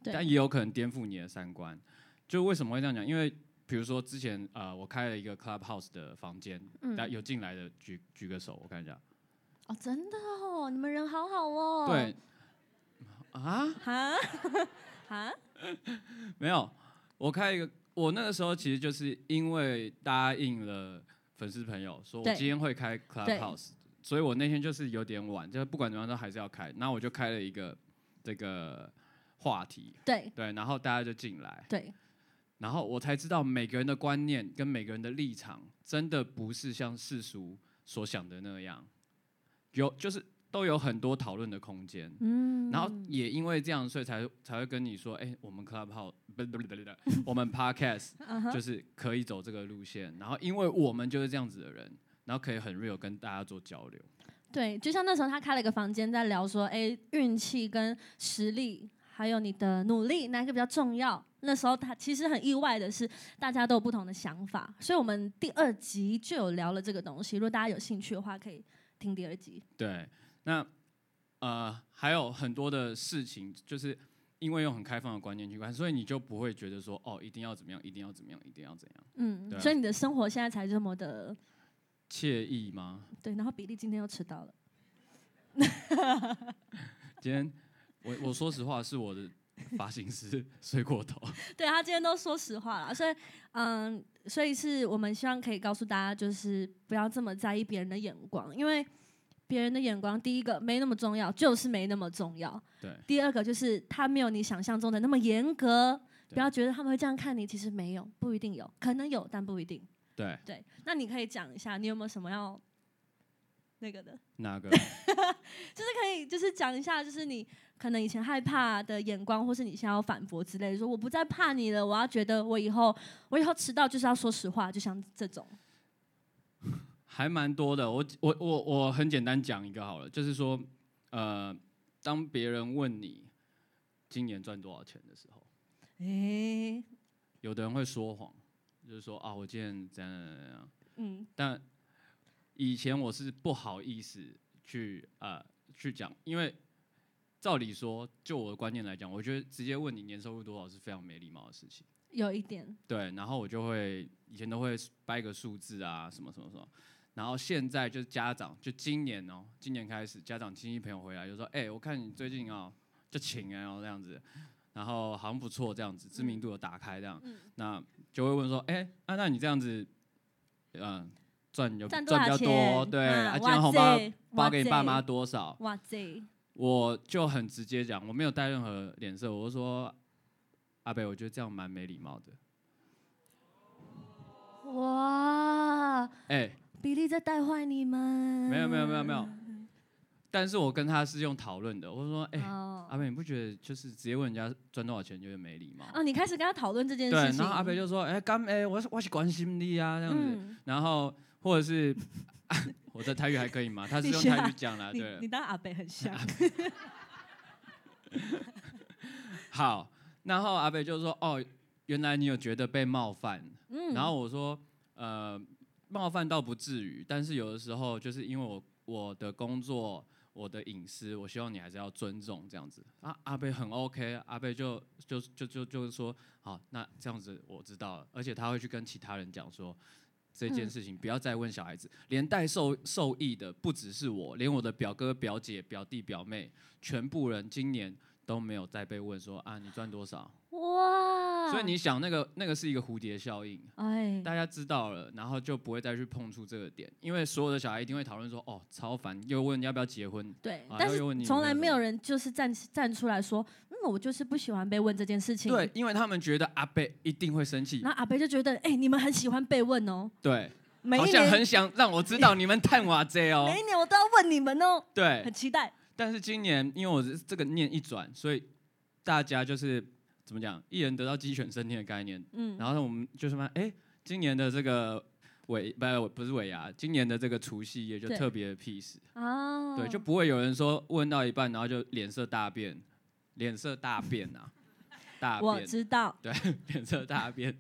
对
但也有可能颠覆你的三观。就为什么会这样讲？因为比如说之前呃，我开了一个 Clubhouse 的房间，
嗯
大家有进来的举举个手，我看一下。
哦，真的哦，你们人好好哦。
对，啊，
哈 哈，
没有，我开一个，我那个时候其实就是因为答应了粉丝朋友，说我
对嗯
今天会开 Clubhouse，所以我那天就是有点晚，就是不管怎么样都还是要开。那我就开了一个这个话题，
对
对，然后大家就进来，
对，
然后我才知道每个人的观念跟每个人的立场真的不是像世俗所想的那样，有就是都有很多讨论的空间。
嗯
然后也因为这样，所以才才会跟你说，哎、我们 Clubhouse 不不不不不，我们 Podcast
嗯
就是可以走这个路线。然后因为我们就是这样子的人，然后可以很 real 跟大家做交流。
对，就像那时候他开了一个房间，在聊说，哎，运气跟实力，还有你的努力，哪一个比较重要？那时候他其实很意外的是，大家都有不同的想法，所以我们第二集就有聊了这个东西。如果大家有兴趣的话，可以听第二集。
对，那呃还有很多的事情，就是因为用很开放的观念去看，所以你就不会觉得说，哦，一定要怎么样，一定要怎么样，一定要怎样，
嗯
对，啊
所以你的生活现在才这么的
惬意吗？
对。然后比利今天又迟到了，
今天我我说实话，是我的发型师 睡过头。
对他今天都说实话了，所以嗯，所以是我们希望可以告诉大家，就是不要这么在意别人的眼光，因为别人的眼光，第一个没那么重要，就是没那么重要；
对
第二个就是他没有你想象中的那么严格，
对
不要觉得他们会这样看你，其实没有，不一定有，可能有，但不一定。
对，
对，那你可以讲一下，你有没有什么要那个的？
那个？
就是可以，就是讲一下，就是你可能以前害怕的眼光，或是你现在要反驳之类的，说我不再怕你了，我要觉得我以后我以后迟到就是要说实话，就像这种，
还蛮多的。我我我我很简单讲一个好了，就是说，呃，当别人问你今年赚多少钱的时候，
诶、
有的人会说谎，就是说啊，我今年怎样怎样怎样。
嗯，
但以前我是不好意思去呃去讲，因为照理说，就我的观念来讲，我觉得直接问你年收入多少是非常没礼貌的事情。
有一点，
对，然后我就会以前都会掰个数字啊，什么什么什么。然后现在就是家长，就今年哦，今年开始，家长亲戚朋友回来就说：“哎、我看你最近哦，就请哎哦这样子，然后好像不错这样子，知名度有打开这样。
嗯
那就会问说：“哎、啊，那你这样子，嗯、赚有
赚多
赚比
少
较
钱？
多，对，
嗯
啊，今
哇
天红包
塞
包给你爸妈
哇塞
多少？”
哇塞，
我就很直接讲，我没有带任何脸色，我就说：“阿北，我觉得这样蛮没礼貌的。
哇，
哎、
比利在带坏你们，
没有没有没有
嗯
没有，但是我跟他是用讨论的，我说，哎、
哦
阿北，你不觉得就是直接问人家赚多少钱有点没礼貌？
啊，你开始跟他讨论这件
对，
事情，
然后阿北就说，哎、干哎、我是我是关心你啊，这样子，
嗯，
然后或者是、啊我的台语还可以吗？ 他是
你
用
学
台
啊
语讲啦，
你
嗯对
你，当阿北很像，
好，然后阿北就说，哦，原来你有觉得被冒犯，
嗯，
然后我说，呃，冒犯倒不至于，但是有的时候就是因为我我的工作、我的隐私，我希望你还是要尊重这样子。啊，阿贝很 OK，阿贝就就就就就是说，好，那这样子我知道了，而且他会去跟其他人讲说。这件
嗯
事情不要再问小孩子，连带受受益的不只是我，连我的表哥、表姐、表弟、表妹，全部人今年都没有再被问说啊，你赚多少？
哇，
所以你想，那个那个是一个蝴蝶效应，
哎，
大家知道了，然后就不会再去碰触这个点，因为所有的小孩一定会讨论说，哦，超烦，又问要不要结婚，
对
啊，
但
要
是
问你
从来
那什
没有
么
人就是站起站出来说，嗯，我就是不喜欢被问这件事情。
对，，因为他们觉得阿贝一定会生气
然，后阿北就觉得，哎、你们很喜欢被问哦，
对，
每
好
一
像
年
很想让我知道你们探瓦 Z 哦
每。一年我都要问你们哦，
对
很，期待。
但是今年因为我是这个念一转，所以大家就是怎么讲，一人得到鸡犬升天的概念。
嗯，
然后呢，我们就是发现，哎、今年的这个尾不不是尾牙，今年的这个除夕夜就
对
特别 peace，
啊，
对就不会有人说问到一半，然后就脸色大变，脸色大变啊，大
我
变，
知道，
脸色大变，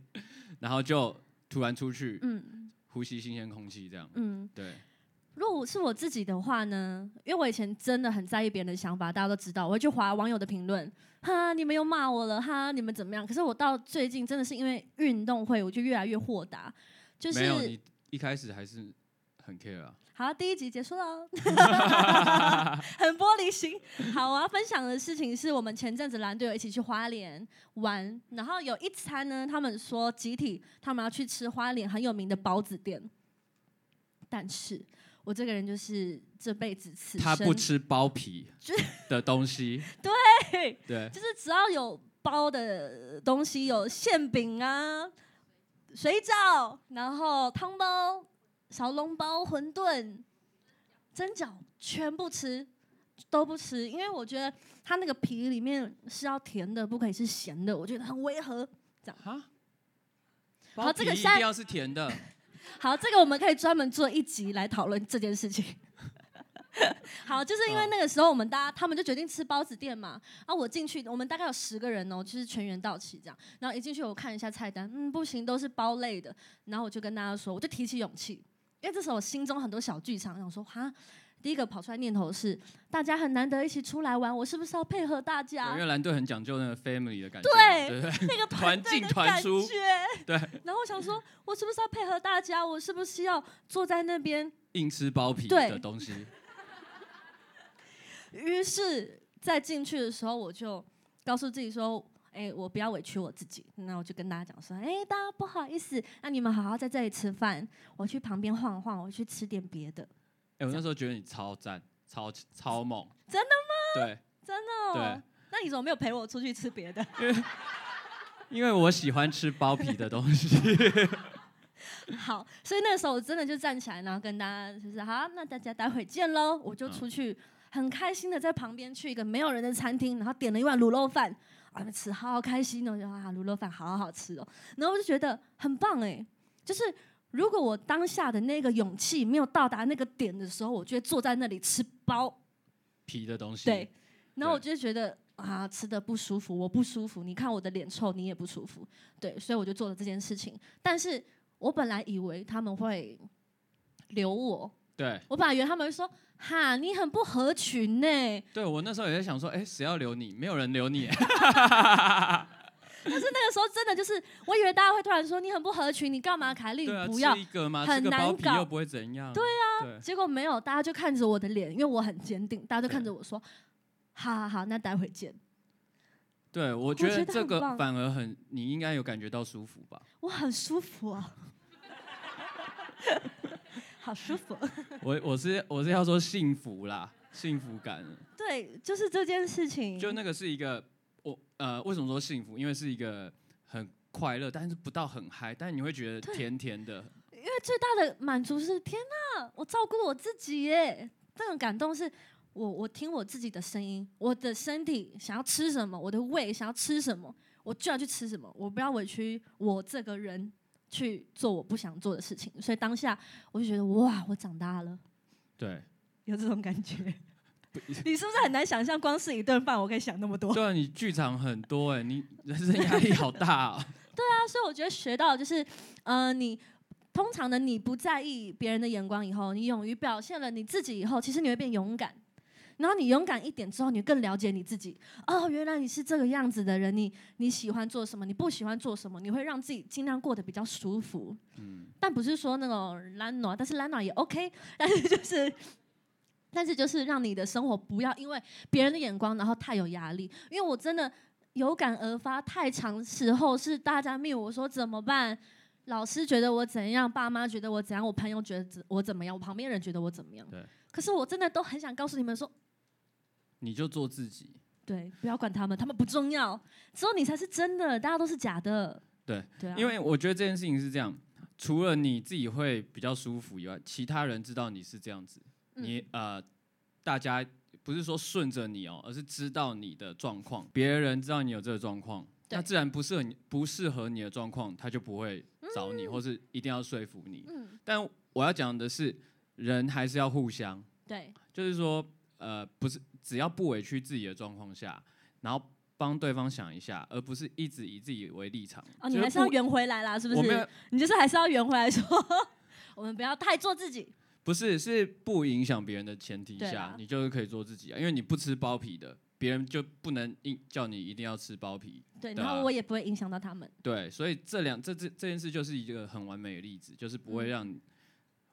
然后就突然出去
嗯
呼吸新鲜空气，这样，
嗯。
对，
如果是我自己的话呢，因为我以前真的很在意别人的想法，大家都知道，我会去划网友的评论，哈，你们又骂我了，哈，你们怎么样？可是我到最近真的是因为运动会，我就越来越豁达，就是
没有你一开始还是很 care 啊，
好，第一集结束 了，很玻璃心。好，我要分享的事情是我们前阵子蓝队友一起去花莲玩，然后有一餐呢，他们说集体他们要去吃花莲很有名的包子店，但是我这个人就是这辈子此生
他 不吃包皮
就
的东西，
对，
对，
就是只要有包的东西，有馅饼啊、水饺，然后汤包、小笼包、馄饨、蒸饺，全部吃都不吃，因为我觉得它那个皮里面是要甜的，不可以是咸的，我觉得很违和。
啊，
好
包
这个
皮一
现在
定要是甜的。
好，这个我们可以专门做一集来讨论这件事 情。好，就是因为那个时候我们大家他们就决定吃包子店嘛，啊，我进去，我们大概有十个人哦，就是全员到齐这样。然后一进去我看一下菜单，嗯，不行，都是包类的。然后我就跟大家说，我就提起勇气，因为这时候我心中很多小剧场，想说哈，第一个跑出来念头是，大家很难得一起出来玩，我是不是要配合大
对
家
因？为蓝队很讲究那个 family 的感觉，
啊对
对不对，
那个
团
队
进
的
团
感
出
觉。
对。
然后我想说，我是不是要配合大家？我是不是要坐在那边
硬吃包皮
对
的东西，
于是，在进去的时候，我就告诉自己说：“哎、我不要委屈我自己。”那我就跟大家讲说：“哎、大家不好意思，那你们好好在这里吃饭，我去旁边晃晃，我去吃点别的。
哎、我那时候觉得你超赞，超超猛，
真
的吗？”
真的哦、
对
那你怎么没有陪我出去吃别的？
对，因为我喜欢吃包皮的东西，
好，所以那个时候我真的就站起来，然后跟大家就是好，那大家待会见喽。我就出去，很开心的在旁边去一个没有人的餐厅，然后点了一碗卤肉饭，啊，吃好开心哦，我就啊卤肉饭好好吃哦，然后我就觉得很棒哎，就是。如果我当下的那个勇气没有到达那个点的时候，我就会坐在那里吃包，
皮的东西，
对，然后我
对
就会觉得啊，吃的不舒服，我不舒服，你看我的脸臭，你也不舒服，对，所以我就做了这件事情。但是我本来以为他们会留我，
对，
我本来以为他们会说哈，你很不合群呢、
对我那时候也在想说，哎、谁要留你？没有人留 你，哎
那个时候真的就是，我以为大家会突然说你很不合群，你干嘛，凯莉，
对啊，
你不要
吃。一个嘛，
很
吃个包皮
难搞
又不会怎样，对啊，对，
结果没有，大家就看着我的脸，因为我很坚定，大家就看
啊
着我说：“好好好，那待会见。
对我
我
觉
觉
得
得
这
很
个
棒
反而很，你应该有感觉到舒服吧？”
我很舒服啊， 好舒服。啊
我我是我是要说幸福啦，幸福感，
对，就是这件事情。
就那个是一个我呃，为什么说幸福？因为是一个很快乐，但是不到很嗨，但你会觉得
对
甜甜的。
因为最大的满足是，天哪，我照顾了我自己耶！那种感动是我我听我自己的声音，我的身体想要吃什么，我的胃想要吃什么，我就要去吃什么，我不要委屈我这个人去做我不想做的事情。所以当下我就觉得，哇，我长大了，
对，
有这种感觉。 你是不是很难想象，光是一顿饭我可以想那么多？
对啊，你剧场很多哎、你 人生压力好大、 哦。
所以我觉得学到的就是，呃，你通常的你不在意别人的眼光以后，你勇于表现了你自己以后，其实你会变勇敢。然后你勇敢一点之后，你更了解你自己。哦，原来你是这个样子的人，你你喜欢做什么，你不喜欢做什么，你会让自己尽量过得比较舒服。
嗯，
但不是说那种懒暖，但是懒暖也 OK，但 是就是。但是就是让你的生活不要因为别人的眼光，然后太有压力。因为我真的有感而发，太长时候是大家命我说怎么办，老师觉得我怎样，爸妈觉得我怎样，我朋友觉得怎我怎么样，我旁边人觉得我怎么样
对。
可是我真的都很想告诉你们说，
你就做自己。
对，不要管他们，他们不重要，只有你才是真的，大家都是假的。
对
对啊，
因为我觉得这件事情是这样，除了你自己会比较舒服以外，其他人知道你是这样子，
嗯
你呃，大家不是说顺着你哦，而是知道你的状况，别人知道你有这个状况，
对
那自然不适合你不适合你的状况，他就不会找你，或是一定要说服你。
嗯，
但我要讲的是，人还是要互相，
对，
就是说，呃，不是只要不委屈自己的状况下，然后帮对方想一下，而不是一直以自己为立场。
哦，你
就
还是要
不
圆回来啦，是不
我没有
是？你就是还是要圆回来说， 我们不要太做自己。
不是是不影响别人的前提
对
下，
啦
你就是可以做自己啊，因为你不吃包皮的，别人就不能硬叫你一定要吃包皮。
对，
对
然后
啊
我也不会影响到他们。
对，所以这两这这这件事就是一个很完美的例子，就是不会
嗯
让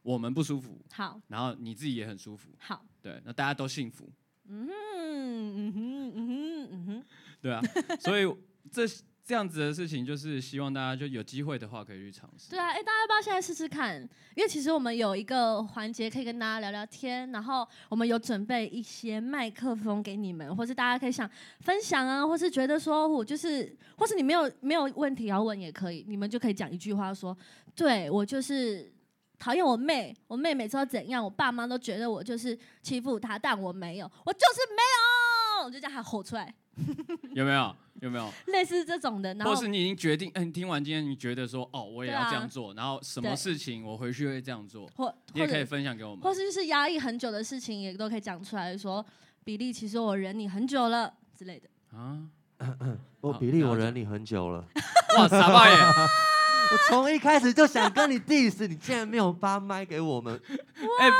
我们不舒服，
好，
然后你自己也很舒服，
好，
对，那大家都幸福。
嗯嗯哼嗯哼嗯哼，
对啊，所以这这样子的事情，就是希望大家就有机会的话可以去尝试。
对啊，哎、大家要不要现在试试看？因为其实我们有一个环节可以跟大家聊聊天，然后我们有准备一些麦克风给你们，或是大家可以想分享啊，或是觉得说我就是，或是你没有没有问题要问也可以，你们就可以讲一句话说，对我就是。讨厌我妹，我妹每次都怎样，我爸妈都觉得我就是欺负她，但我没有，我就是没有，我就这样喊吼出来，
有没有？有没有？
类似这种的。然后
或是你已经决定，嗯、你听完今天你觉得说，哦，我也
对
要这
啊
样做，然后什么
对
事情我回去会这样做，
或或
你也可
者
以分享给我们。
或是就是压抑很久的事情，也都可以讲出来说，比利，其实我忍你很久了之类的。
啊，
我
好
比利，
了
我
解
忍你很久了，
哇，傻巴耶！
我从一开始就想跟你 diss，你竟然没有发麦给我们。
哎、不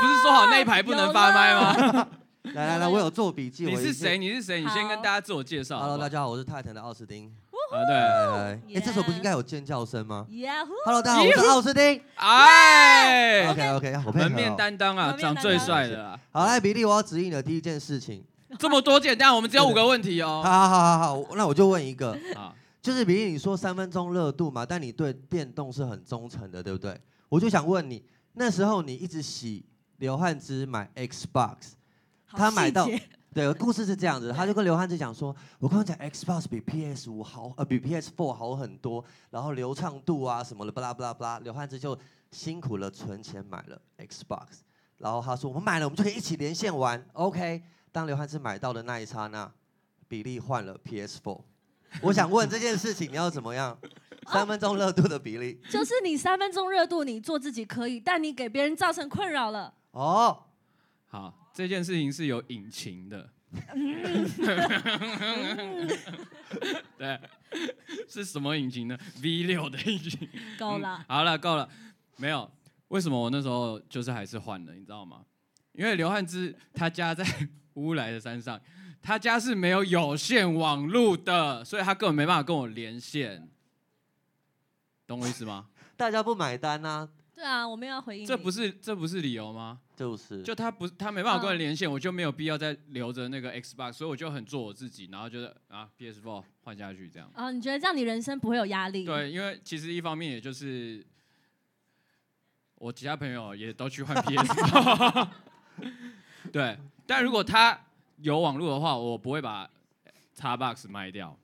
是说好那一排不能发麦吗？
来来来，我有做笔记。
你
我
是
一定
谁？你是谁？你先跟
好
大家自我介绍好不好。
？Hello，大家好，我是泰腾的奥斯汀。
啊，对，
来来，来哎，这首不是
Yeah
应该有尖叫声吗
Yahoo！
？Hello，大家好，我是奥斯汀。
哎、
OK OK，好配合
门
哦。
面担当啊，
门面
长
担
最
当
帅的啊，
好，来，比利，我要指引你的第一件事情。
这么多简单，我们只有五个问题
好
哦。
好好好好，那我就问一个，
好，
就是比利，你说三分钟热度嘛，但你对电动是很忠诚的，对不对？我就想问你，那时候你一直洗刘汉之买 Xbox，
好
他买
细
到
节
对，故事是这样子，他就跟刘汉志讲说，我跟你讲，Xbox 比 PS 五好，呃，比 PS Four 好很多，然后流畅度啊什么的，巴拉巴拉巴拉。刘汉志就辛苦了，存钱买了 Xbox，然后他说，我们买了，我们就可以一起连线玩，OK。当刘汉志买到的那一刹那，比利换了 PS Four。我想问这件事情，你要怎么样？三分钟热度的比例
就是你三分钟热度，你做自己可以，但你给别人造成困扰了。
哦，
好，这件事情是有隐情的。
嗯
对，是什么引擎呢？V 六的引擎。
够了，
好了，够了。没有，为什么我那时候就是还是换了，你知道吗？因为刘汉之他家在乌来的山上，他家是没有有线网路的，所以他根本没办法跟我连线，懂我意思吗？
大家不买单呐、
对啊，我们要回应你。
这不
是
是这不是理由吗？
就是
就他不，他没办法跟
嗯
人连线，我就没有必要再留着那个 Xbox，所以我就很做我自己，然后觉得啊，PS4 换下去这样。
啊、你觉得这样你人生不会有压力？，
对，因为其实一方面也就是我其他朋友也都去换 PS4，对。但如果他有网络的话，我不会把 Xbox 卖掉，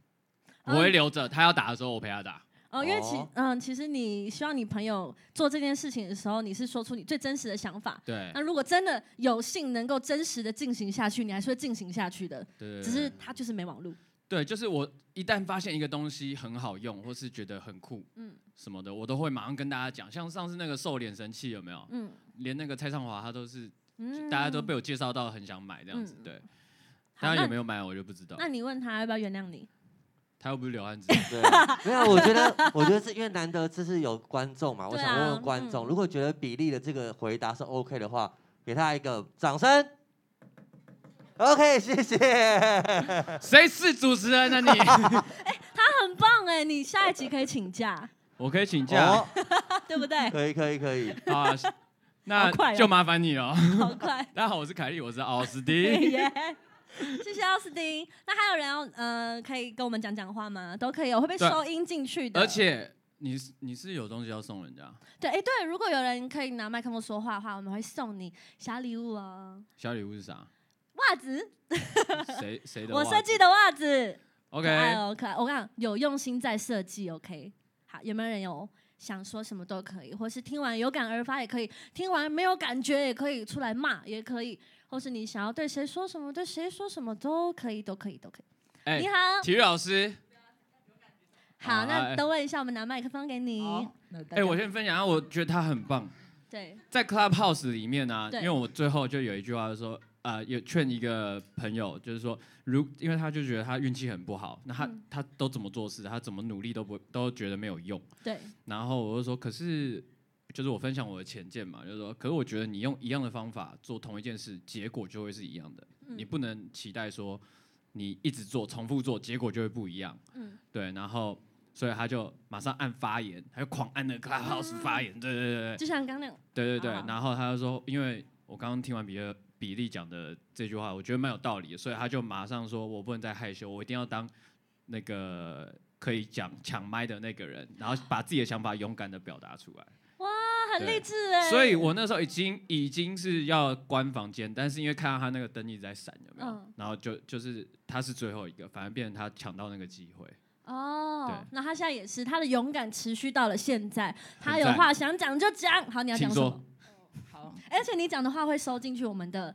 我会留着，他要打的时候我陪他打。
哦，因为其
哦
嗯，其实你希望你朋友做这件事情的时候，你是说出你最真实的想法。
对，
那如果真的有幸能够真实的进行下去，你还是会进行下去的，
对对对
只是他就是没网路。
对，就是我一旦发现一个东西很好用，或是觉得很酷，
嗯
嗯，什么的，我都会马上跟大家讲。像上次那个瘦脸神器有没有？
嗯
连那个蔡尚华他都是，
嗯，
大家都被我介绍到很想买这样子。
嗯
对，
好
当然
那
有没有买我就不知道。
那你问他要不要原谅你？
他又不是 刘汉子，
对，没有，我觉得，我觉得是因为难得这是有观众嘛，我
对
想问
啊
问观
嗯
众，如果觉得比利的这个回答是 OK 的话，给他一个掌声。OK，谢谢。
谁是主持人呢、你？
很棒哎，你下一集可以请假，
我可以请假
哦，
对 不对？
可以，可以，可以。
好啊，那
好快哦
就麻烦你哦。
好快，
大家好，我是凯莉，我是 奥斯汀。
耶！谢谢奥斯汀。那还有人要呃，可以跟我们讲讲话吗？都可以哦，我会被
对
收音进去的。
而且你是你是有东西要送人家
对，哎对，如果有人可以拿麦克风说话的话，我们会送你小礼物哦，
小礼物 是啥？
袜子，
谁谁的袜
我
子？
设计的袜子，可
OK，
哦爱哦，可爱。我跟你讲，有用心在设计，OK。好，有没有人有想说什么都可以，或是听完有感而发也可以，听完没有感觉也可以，出来骂也可以，或是你想要对谁说什么对谁说什么都可以，都可以，都可以。
哎、
你好，
体育老师，
好，
哎
那等我一下，我们拿麦克风给你。
好，那大
哎、
家
我先分享一下，我觉得他很棒。
对，
在 Clubhouse 里面呢、
对
因为我最后就有一句话就说，呃，有劝一个朋友，就是说，如因为他就觉得他运气很不好，那他、
嗯
他都怎么做事，他怎么努力都不都觉得没有用。
对，
然后我就说，可是就是我分享我的浅见嘛，就是说，可是我觉得你用一样的方法做同一件事，结果就会是一样的。
嗯
你不能期待说你一直做、重复做，结果就会不一样。
嗯
对，然后所以他就马上按发言，他就狂按那个
啊
Clubhouse 发言。对对对对。
就像刚那样，啊
对对对
好，
然后他就说，因为我刚刚听完比尔比利讲的这句话，我觉得蛮有道理的，所以他就马上说，我不能再害羞，我一定要当那个可以讲抢麦的那个人，然后把自己的想法勇敢的表达出来。
他很
对
励志哎。
所以我那时候已经已经是要关房间，但是因为看到他那个灯一直在闪，有没有？
嗯
然后就就是他是最后一个，反而变成他抢到那个机会。
哦
对，
那他现在也是，他的勇敢持续到了现在，他
很
有
赞
话想讲就讲。好，你要
请
讲什么
说？
好，
而且你讲的话会收进去我们的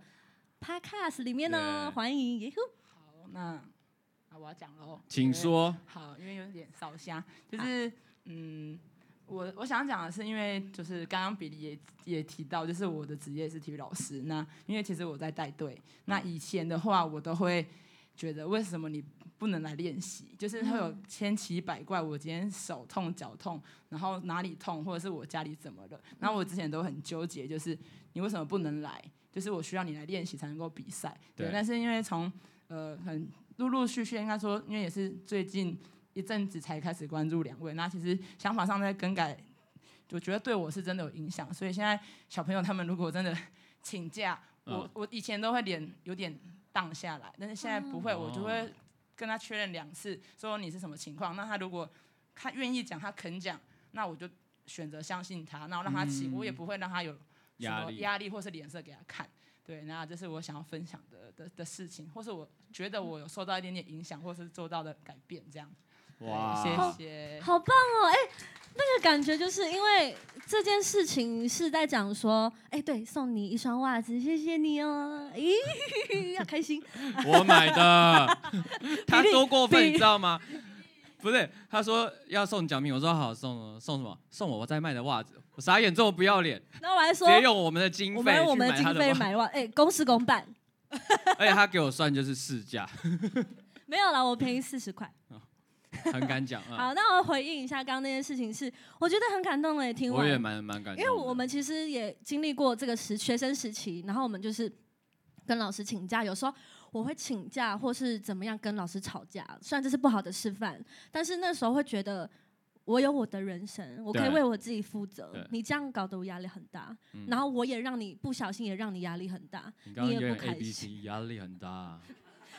podcast 里面哦，
对
欢迎耶呼。
好，那啊我要讲喽，
请
对
说，
好，因为有点烧瞎，就是、嗯，我我想讲的是，因为就是刚刚比利也也提到，就是我的职业是体育老师。那因为其实我在带队，那以前的话我都会觉得为什么你不能来练习？就是会有千奇百怪，我今天手痛脚痛，然后哪里痛，或者是我家里怎么了？然后我之前都很纠结，就是你为什么不能来？就是我需要你来练习才能够比赛。对，
对
但是因为从呃很陆陆续续，应该说因为也是最近一阵子才开始关注两位，那其实想法上在更改，我觉得对我是真的有影响。所以现在小朋友他们如果真的 请假，我
嗯
我以前都会脸有点荡下来，但是现在不会，
哦
我就会跟他确认两次，说你是什么情况。那他如果他愿意讲，他肯讲，那我就选择相信他，然后让他请，
嗯
我也不会让他有什
压
么
力
压力或是脸色给他看。对，那这是我想要分享的的的事情，或是我觉得我有受到一点点影响，或是做到的改变，这样。
哇，
谢谢。
好棒哦！哎、那个感觉就是因为这件事情是在讲说，哎、对，送你一双袜子，谢谢你哦，咦， 要开心。
我买 的，他多过
比
分，
利
你知道吗？不是，他说要送奖品，我说好送了送什么？送我在卖的袜子，我傻眼，这么不要脸，
然后我还
直
说，
接用我们的经
我
费
们我
去
们的
买他
经
的
费
袜子，
买袜，哎、公事公办，
而且他给我算就是市价，
没有啦，我便宜四十块。
很敢讲啊，
好，那我回应一下刚刚那件事情是，我觉得很感动诶，听完
我也蛮蛮敢，
因为我们其实也经历过这个时学生时期，然后我们就是跟老师请假，有时候我会请假或是怎么样跟老师吵架，虽然这是不好的示范，但是那时候会觉得我有我的人生，我可以
对
为我自己负责
对。
你这样搞得我压力很大，
嗯
然后我也让你不小心也让你压力很大，
你刚刚
你
有
也
点
不开
A B C，压力很大，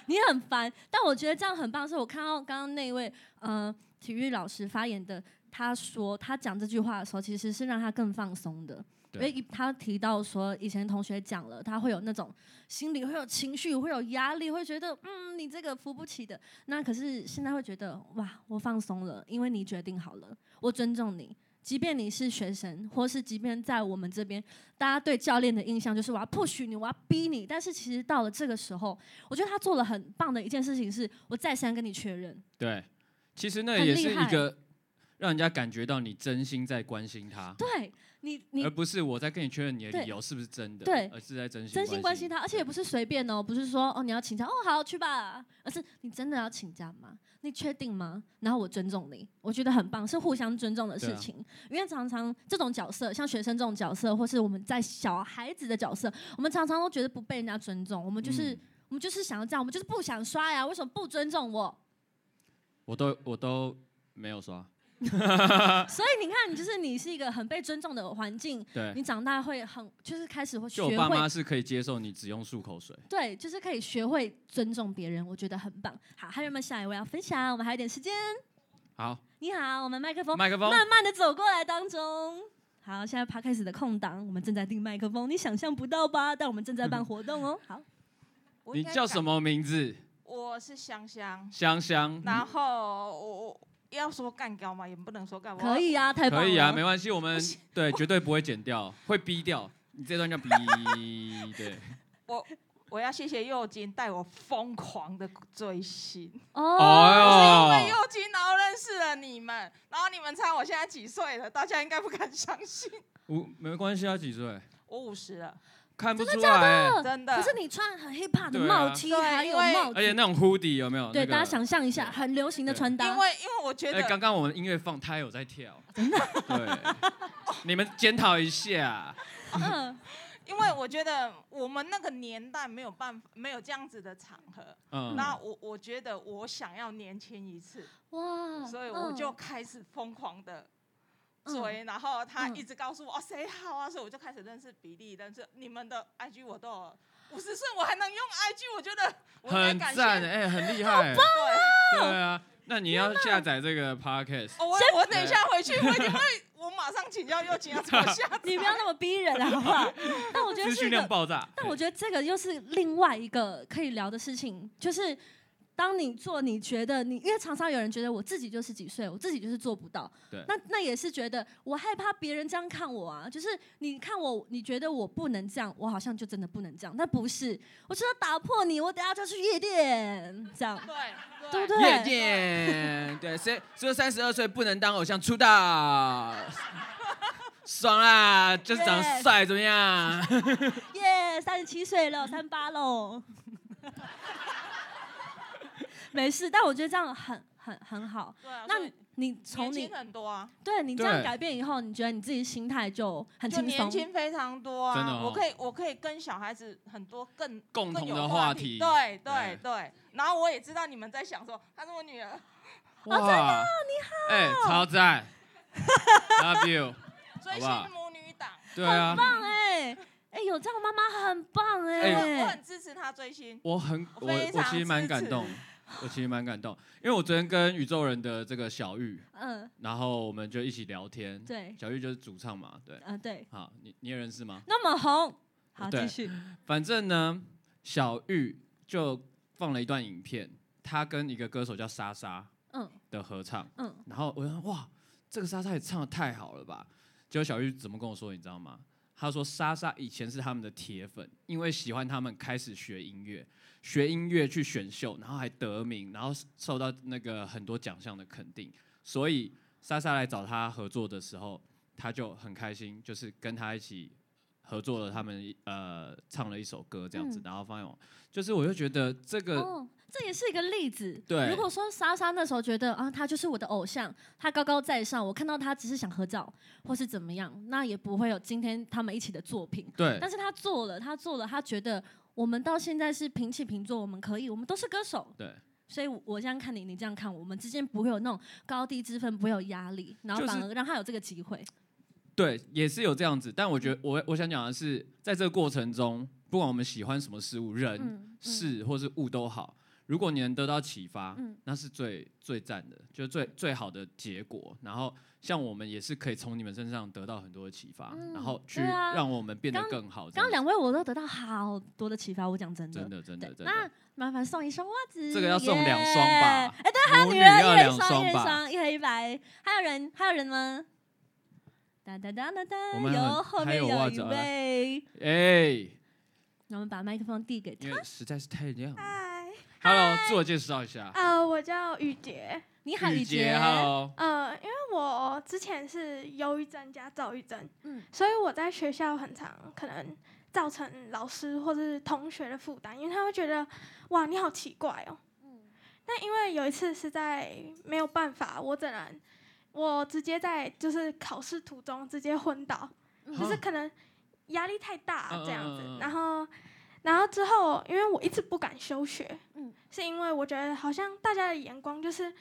你很烦，但我觉得这样很棒。是我看到刚刚那位呃体育老师发言的，他说他讲这句话的时候，其实是让他更放松的，因
对
为他提到说以前同学讲了，他会有那种心里会有情绪，会有压力，会觉得嗯你这个扶不起的。那可是现在会觉得哇，我放松了，因为你决定好了，我尊重你。即便你是学生，或是即便在我们这边，大家对教练的印象就是我要 push 你，我要逼你。但是其实到了这个时候，我觉得他做了很棒的一件事情是，我再三跟你确认。
对，其实那
很
也
厉
是一
害
个让人家感觉到你真心在关心他，
对你，你
而呃不是我在跟你确认你的
对
理由是不是真的，
对
而是在真心
真心关心
他，
他，而且也不是随便哦，不是说哦你要请假哦好去吧，而是你真的要请假吗？你确定吗？然后我尊重你，我觉得很棒，是互相尊重的
对
事
啊
情。因为常常这种角色，像学生这种角色，或是我们在小孩子的角色，我们常常都觉得不被人家尊重，我们就是、
嗯
我们就是想要这样，我们就是不想刷牙，为什么不尊重我？
我都我都没有刷，啊
所以你看，你就是你是一个很被尊重的环境，
对。
你长大会很就是开始会学
就我爸
会
妈是可以接受你只用漱口水。
对，就是可以学会尊重别人，我觉得很棒。好，还有没有下一位要分享？我们还有点时间。
好，
你好，我们麦克风
麦克风
慢慢的走过来当中。好，现在 p 开始的空档，我们正在订麦克风，你想象不到吧？但我们正在办活 动哦。好，
我
你
应该
叫
讲
什？么名字？
嗯
我是香香，
香香，
然后我我
要说干掉吗？也不能说干。我
可以啊，太棒了，
可以啊，没关系，我们对绝对不会剪掉，会逼掉。你这段叫逼，对，
我我要谢谢右京带我疯狂的追星，
哦，
因为
哦，
右京然后认识了你们，然后你们猜我现在几岁了？大家应该不敢相 信，
五没关系啊，几岁
我五十了，
看不出来、欸，
真的。
可是你穿很 hip hop 的
对啊
帽 T，
对
还有
因为
帽
而且
子，
那种 hoodie 有没有？
对
那个
大家想象一下，很流行的
对
穿搭
因。为因为我觉
哎，
得
刚刚我们音乐放，他有在跳，真的，对，你们检讨一下，
嗯，
因为我觉得我们那个年代没有办法，没有这样子的场合。
嗯，
哦那我我觉得我想要年轻一次，
哇，
所以我
嗯
就开始疯狂的
嗯
追。然后他
嗯
一直告诉我哦谁好啊，所以我就开始认识比利，认识你们的 IG 我都有。五十岁我还能用 IG，我觉得我应该
很
感
赞，
谢。
哎、很厉害、
对，
对啊，那你要下载这个 podcast，
哦我我等一下回去，我一定会，我马上请教又请教怎么 下载。
你不要那么逼人好不好？但我觉得是
资
一
讯
个
量爆炸。
但我觉得这个又是另外一个可以聊的事情，就是当你做你觉得你，因为常常有人觉得我自己就是几岁，我自己就是做不到。
对
那那也是觉得我害怕别人这样看我啊，就是你看我，你觉得我不能这样，我好像就真的不能这样，但不是，我是要打破你，我等下就去夜店，这样
对
对不
对，
对？
夜店，对，谁说三十二岁不能当偶像出道？爽啦，就是长得
Yes
帅，怎么样？
耶，三十七岁了，三八喽。 没事，但我觉得这样很很很好。
对啊
那
所以
你从
年
你
轻很多啊。
对你这样
对
改变以后，你觉得你自己心态就很
就
轻
年
松，
轻非常多啊！
真的哦
我可以，我可以跟小孩子很多更
共
更
同
有
的
话
话题
对
对
对对。然后我也知道你们在想说，她是我女儿，
哇，你好，哎、超赞，Love you，
所
好
以
不好
是母女党。
对啊，
棒哎、哎、有这样的妈妈很棒哎、
哎
我我很支持她追星，
我很我
我非
我
常
其实蛮
支
感
持
动，我其实蛮感动，因为我昨天跟宇宙人的这个小玉，
嗯，
然后我们就一起聊天，
对，
小玉就是主唱嘛，对，
嗯、对，
好，你你也认识吗？
那么红，好
对
继续，
反正呢，小玉就放了一段影片，她跟一个歌手叫莎莎
嗯
的合唱，
嗯，
然后我就说哇，这个莎莎也唱的太好了吧？结果小玉怎么跟我说，你知道吗？她说莎莎以前是他们的铁粉，因为喜欢他们开始学音乐，学音乐去选秀，然后还得名，然后受到那个很多奖项的肯定，所以莎莎来找她合作的时候，她就很开心，就是跟她一起合作了，他们呃唱了一首歌这样子，
嗯
然后发现我就是我就觉得这个、
哦，这也是一个例子。
呃对
如果说莎莎那时候觉得啊，她就是我的偶像，她高高在上，我看到她只是想合照或是怎么样，那也不会有今天他们一起的作品。
对
但是她做了，她做了，她觉得我们到现在是平起平坐，我们可以，我们都是歌手，
对。
所以我我这样看你，你这样看我，我们之间不会有那种高低之分，不会有压力，然后
就是
反而让他有这个机会。
对，也是有这样子，但我
嗯
觉得我我想讲的是，在这个过程中，不管我们喜欢什么事物、人、
嗯，嗯，
事或是物都好，如果你能得到启发，
嗯
那是最最赞的，就是最最好的结果。然后像我们也是可以从你们身上得到很多的启发，
嗯
然后去
对啊
让我们变得更好。这
刚刚
样
两位我都得到好多的启发，我讲真的。
真的真的
对
真
那
的，
麻烦送一双袜子，
这个要送
耶
两双吧？
哎，对，
母
女
女
人
要
一人
两
一双，一人一
吧。
双，一黑一白。还有人，还有人吗？哒哒哒哒
我
哒，
们
有
很
后
还
面
有袜
一
子啊
位。
哎、
那我们把麦克风递给他。
因为实在是太亮了。
嗨，
Hello，自我介绍一下，
呃，我叫雨杰，
啊你好，雨
杰
杰。
，Hello，
呃，因为我之前是忧郁症加躁郁症，
嗯
嗯，所以我在学校很常可能造成老师或是同学的负担，因为他会觉得哇你好奇怪哦。
嗯
但因为有一次是在没有办法，我只能我直接在就是考试途中直接昏倒，
哦
就是可能压力太大
嗯嗯
这样子，
嗯嗯嗯
然后然后之后，因为我一直不敢休学，
嗯
是因为我觉得好像大家的眼光就是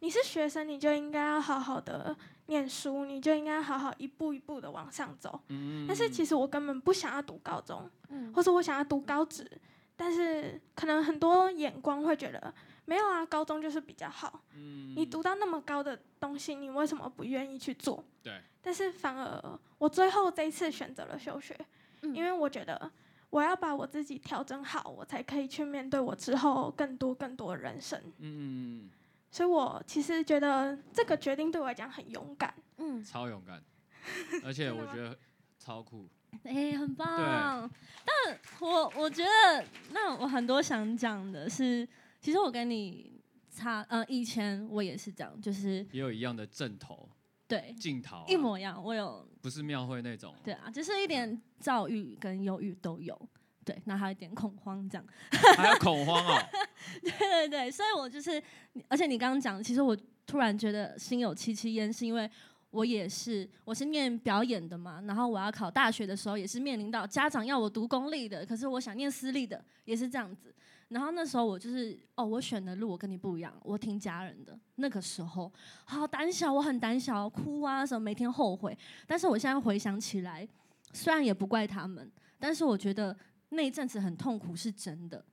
你是学生，你就应该要好好的念书，你就应该好好一步一步的往上走。
嗯
但是其
实
实我根本不想要读高中，
嗯
或是我想要读高职，但是可能很多眼光会觉得没有啊，高中就是比较好。
嗯
你读到那么高的东西，你为什么不愿意去做？
对。
但是反而我最后这一次选择了休学，
嗯
因为我觉得我要把我自己调整好，我才可以去面对我之后更多更多的人生。
嗯嗯嗯
所以我其实觉得这个决定对我来讲很勇敢。
嗯，
超勇 敢，而且我觉得超酷。
哎、很棒。但我我觉得，那我很多想讲的是，其实我跟你差，呃，以前我也是这样，就是
也有一样的正头、
对
镜头、啊
一模一样，我有
不是庙会那种。
对啊，就是一点躁郁跟忧郁都有。对，那还有一点恐慌这样，
还有恐 慌哦，
对对对，所以我就是，而且你刚刚讲，其实我突然觉得心有戚戚焉，是因为我也是，我是念表演的嘛，然后我要考大学的时候，也是面临到家长要我读公立的，可是我想念私立的，也是这样子。然后那时候我就是，哦，我选的路我跟你不一样，我听家人的。那个时候好胆小，我很胆小，哭啊什么，每天后悔。但是我现在回想起来，虽然也不怪他们，但是我觉得那一阵子很痛苦是真的。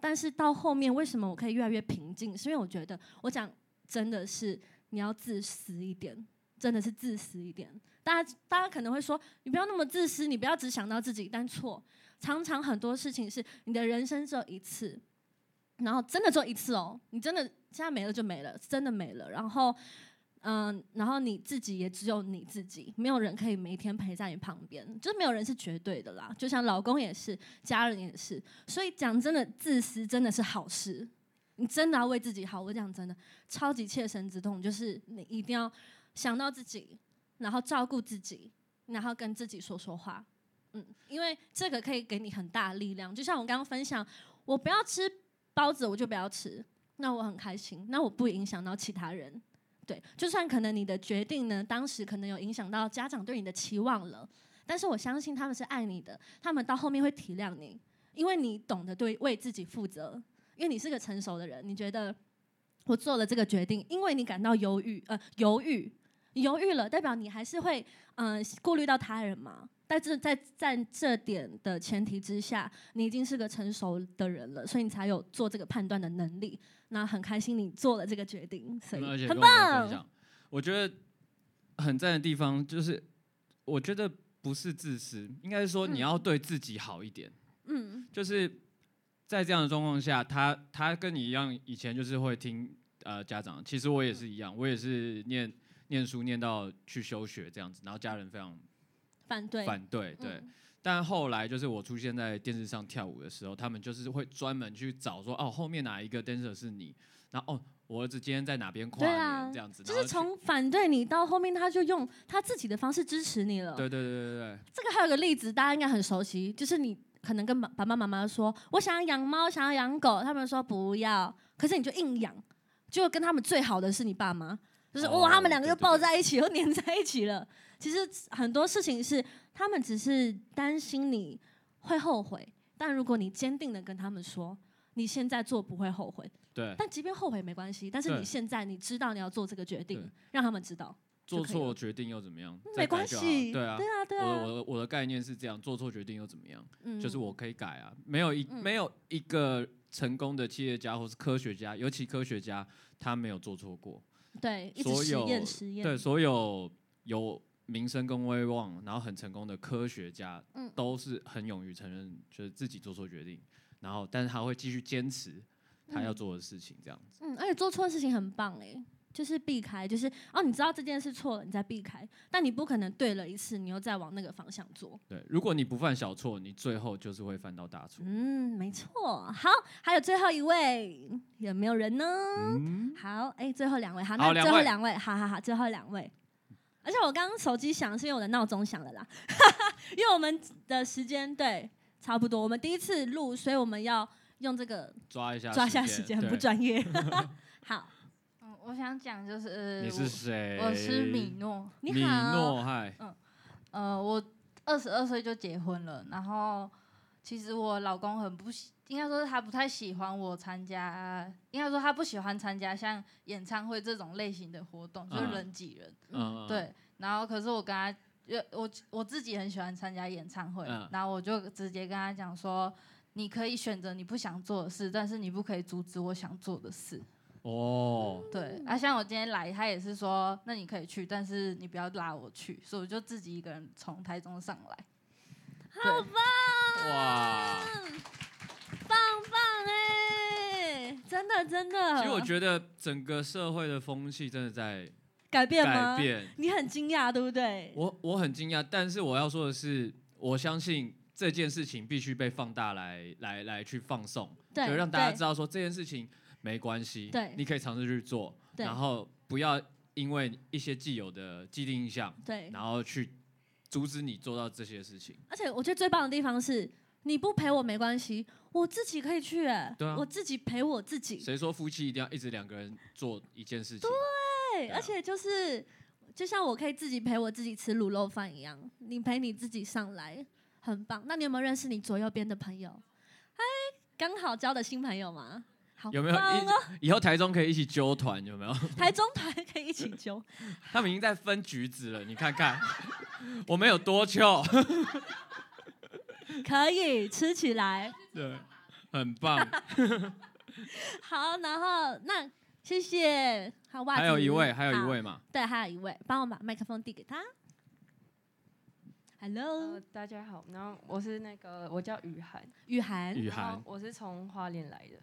但是到后面，为什么我可以越来越平静？是因为我觉得，我讲真的是你要自私一点，真的是自私一点。大家大家可能会说，你不要那么自私，你不要只想到自己。但错，常常很多事情是你的人生只有一次，然后真的只有一次哦，你真的现在没了就没了，真的没了。然后，嗯、然后你自己也只有你自己，没有人可以每天陪在你旁边，就是没有人是绝对的啦。就像老公也是，家人也是，所以讲真的，自私真的是好事，你真的要为自己好。我讲真的，超级切身之痛，就是你一定要想到自己，然后照顾自己，然后跟自己说说话。嗯，因为这个可以给你很大力量。就像我刚刚分享，我不要吃包子，我就不要吃，那我很开心，那我不影响到其他人。对，就算可能你的决定呢，当时可能有影响到家长对你的期望了，但是我相信他们是爱你的，他们到后面会体谅你。因为你懂得对为自己负责，因为你是个成熟的人，你觉得我做了这个决定，因为你感到犹豫，呃，犹豫，你犹豫了，代表你还是会嗯、呃顾虑到他人嘛。但是在在这点的前提之下，你已经是个成熟的人了，所以你才有做这个判断的能力。那很开心你做了这个决定，所以
嗯而且
很
跟我们分
棒。
享，我觉得很赞的地方就是，我觉得不是自私，应该是说
嗯
你要对自己好一点。
嗯
就是在这样的状况下，他他跟你一样，以前就是会听呃家长。其实我也是一样，我也是念念书念到去休学这样子，然后家人非常
反对，
反对，对。
嗯
但后来就是我出现在电视上跳舞的时候，他们就是会专门去找说，哦，后面哪一个 dancer 是你，然后哦，我儿子今天在哪边跨
对
年、
啊
这样子，
就
然
是
后去
从反对你到后面，他就用他自己的方式支持你了。
对对对对对，
这个还有个例子，大家应该很熟悉，就是你可能跟妈爸爸妈妈说我想要养猫，想要养狗，他们说不要，可是你就硬养，结果跟他们最好的是你爸妈，就是
哦
哇、他们两个
对
就
对
抱
对
在一起，又黏在一起了。其实很多事情是他们只是担心你会后悔，但如果你坚定的跟他们说。你现在做不会后悔，
对，
但即便后悔没关系。但是
对
你现在你知道你要做这个决定
对，
让他们知道，
做
可以
错
了
决定又怎么样？
没
再改
关
就好
系。
对啊
对。啊，对
我的
啊
我。的我的概念是这样，做错决定又怎么样？
嗯
就是我可以改啊，没有一、
嗯
没有一个成功的企业家或是科学家，尤其科学家，他没有做错过。
对，一直
所
实
有
验实验，
对，所有有名声跟威望，然后很成功的科学家，
嗯
都是很勇于承认，就是自己做错决定，然后但是他会继续坚持他
嗯
要做的事情，这样子。
嗯，而且做错事情很棒哎、就是避开，就是哦，你知道这件事错了，你再避开，但你不可能对了一次，你又再往那个方向做。
对，如果你不犯小错，你最后就是会犯到大错。
嗯，没错。好，还有最后一位，有没有人呢？
嗯，
好，哎、最后两位，好，
好
那
两
最后
位
两位，好好好，最后两位。而且我刚刚手机响是因为我的闹钟响了啦， 因为我们的时间对差不多，我们第一次录，所以我们要用这个
抓一下
抓一下时间，很不
对
专 业。好，
嗯，我想讲就是
你是谁？
我我是米诺，
你
米
好
诺，嗨，
呃，我二十二岁就结婚了，然后其实我老公很不喜，应该说是他不太喜欢我参加，应该说他不喜欢参加像演唱会这种类型的活动，就是
嗯
人挤人。
嗯，嗯，
对，然后可是我跟他，呃我我自己很喜欢参加演唱会，
嗯
然后我就直接跟他讲说。你可以选择你不想做的事，但是你不可以阻止我想做的事。
哦，
对，啊，像我今天来，他也是说，那你可以去，但是你不要拉我去，所以我就自己一个人从台中上来。
好
对
棒！
啊哇，
棒棒哎、真的真的。
其实
嗯
我觉得整个社会的风气真的在
改变吗？
改变。
你很惊讶，对不对？
我我很惊讶，但是我要说的是，我相信这件事情必须被放大来来来去放送，
对
就让大家
对
知道说这件事情没关系，
对
你可以尝试去做，
对
然后不要因为一些既有的既定印象，
对，
然后去阻止你做到这些事情。
而且我觉得最棒的地方是，你不陪我没关系，我自己可以去、哎
对啊
我自己陪我自己。
谁说夫妻一定要一直两个人做一件事情？
对，
对啊
而且就是就像我可以自己陪我自己吃卤肉饭一样，你陪你自己上来，很棒。那你有没有认识你左右边的朋友？哎，刚好交的新朋友吗？好
有没有
棒
一
哦
以后台中可以一起揪团？有没 有？
台中团可以一起揪，
他们已经在分橘子了，你看看 我们有多糗。
可以吃起来。
对，很棒。
好，然后那谢谢，好袜子
还有一位，还有一，位
好
嘛，
对，还有一位，帮我把麦克风递给他。Hello，
呃，大家好，然后我是那个，我叫雨涵，
雨涵，
呃雨
然
涵
后，我是从花莲来的，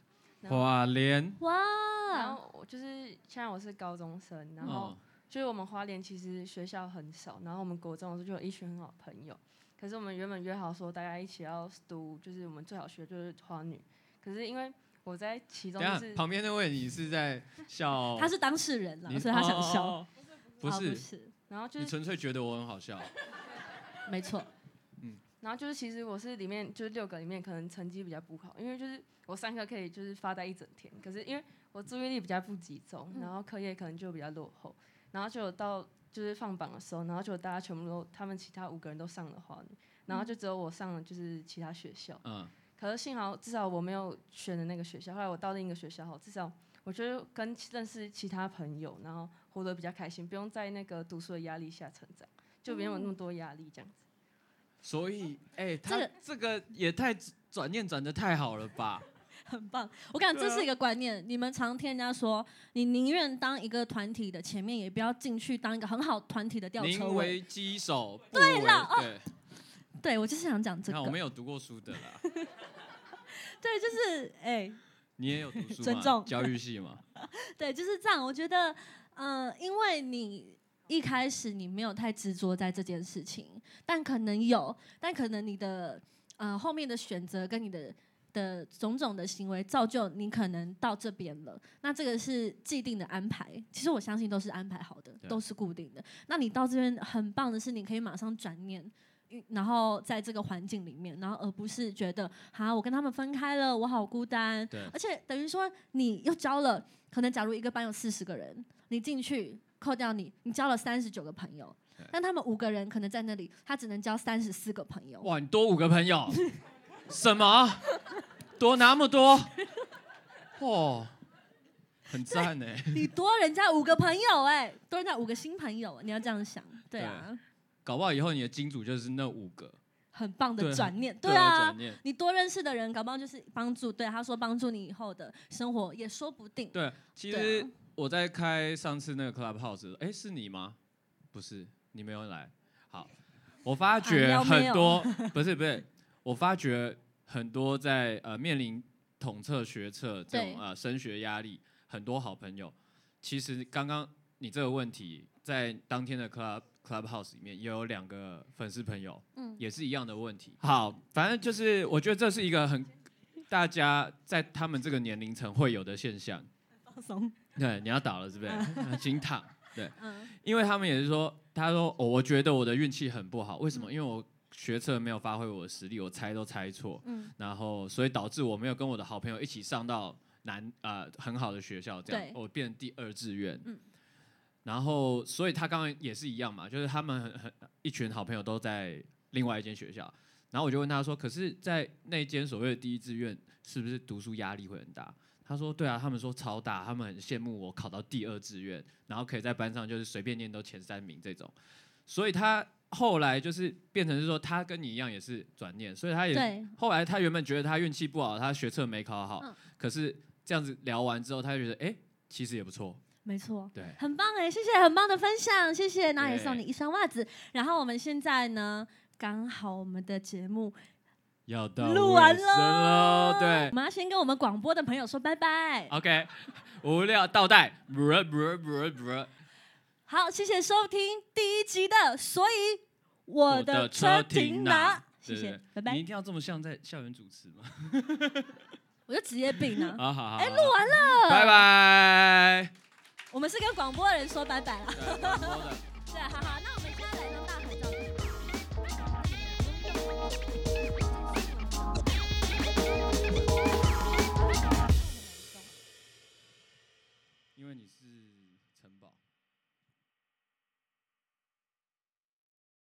然后
哇，连，
然
哇，
后我就是现在我是高中生，然后
哦，
就是我们花莲其实学校很少，然后我们国中的时候就有一群很好的朋友，可是我们原本约好说大家一起要读，就是我们最好学就是花女，可是因为我在其中
等
就
一下
是
旁边那位你是 在笑，
他是当事人了
你，
所以他想笑。
哦，哦哦不
啊不
是，
是，
然后就
你
是
纯粹觉得我很好笑，
没错，
然后就是其实我是里面就是六个里面可能成绩比较不好，因为就是我上课可以就是发呆一整天，可是因为我注意力比较不集中，然后课业可能就比较落后，然后就有到就是放榜的时候，然后就大家全部都他们其他五个人都上了花女，然后
嗯
就只有我上了就是其他学校，
嗯，
可是幸好至少我没有选的那个学校，后来我到另一个学校后，至少我就跟认识其他朋友，然后活得比较开心，不用在那个读书的压力下成长，就没有那么多压力这样子。
所以，哎，他
这个
这个也太转念转的太好了 吧？
很棒。我感觉
啊
这是一个观念，你们常听人家说，你宁愿当一个团体的前面，也不要进去当一个很好团体的吊车尾。
宁为鸡首，不为
哦
对，
对，我就是想讲
你
这
看我
个
没。有读过 书的啦，
对，就是哎、
你也有读书吗？
尊重
教育 系嘛，
对，就是这样。我觉得，嗯、因为你一开始你没有太执着在这件事情，但可能有，但可能你的呃后面的选择跟你的的种种的行为，造就你可能到这边了。那这个是既定的安排，其实我相信都是安排好的，
对
都是固定的。那你到这边很棒的是，你可以马上转念。嗯然后在这个环境里面，然后而不是觉得，哈，我跟他们分开了，我好孤单，
对，
而且等于说你又交了，可能假如一个班有四十个人，你进去扣掉你，你交了三十九个朋友
对，
但他们五个人可能在那里，他只能交三十四个朋友。
哇，你多五个朋 友，什么？多那么多？哦，很赞呢。欸
你多人家五个朋友、哎，多人家五个新朋友，你要这样想，对啊，
搞不好以后你的金主就是那五个。
很棒的
对
转念，
对
啊
转。念
你多认识的人，搞不好就是帮助。对，他说帮助你以后的生活也说不定。
对，其
对啊
实我在开上次那个 Clubhouse，哎、诶是你吗？不是，你没有来。好，我发觉
啊没有没
很
有
多，不是不是，我发觉很多在呃面临统测、学测这
对
种呃升学压力，很多好朋友，其实刚刚你这个问题在当天的 Club。Clubhouse 里面也有两个粉丝朋友，
嗯
也是一样的问题。好，反正就是我觉得这是一个很大家在他们这个年龄层会有的现象，
放松，
对，你要倒了是不是？ 金躺。对，
嗯，
因为他们也是说，他说、哦、我觉得我的运气很不好，为什么？因为我学测没有发挥我的实力，我猜都猜错，
嗯
然后所以导致我没有跟我的好朋友一起上到南呃很好的学校，这样
对
我变第二志愿。
嗯
然后，所以他刚刚也是一样嘛，就是他们很很一群好朋友都在另外一间学校，然后我就问他说：“可是，在那间所谓的第一志愿，是不是读书压力会很大？”他说：“对啊，他们说超大，他们很羡慕我考到第二志愿，然后可以在班上就是随便念都前三名这种。”所以他后来就是变成是说，他跟你一样也是转念，所以他也
对
后来他原本觉得他运气不好，他学测没考好，
嗯
可是这样子聊完之后，他就觉得哎、诶其实也不错，
没错。
对。
很棒哎，谢谢，很棒的分享，谢谢。那也
对
送你一双袜子。然后我们现在呢，刚好我们的节目
要到
录完
尾声了，哦对
我们要先跟我们广播的朋友说拜拜。
，OK，无 聊倒带，不不不不，
好，谢谢收听第一集的，所以我的车停哪？谢
对
谢
对，
拜拜
你一。定要这么像在校园主持吗？
我就职业病呢。
啊，好好，
哎，
好
录完了，
拜。拜。
我们是跟广播的人说拜拜了。
对广播的
对，好好，那。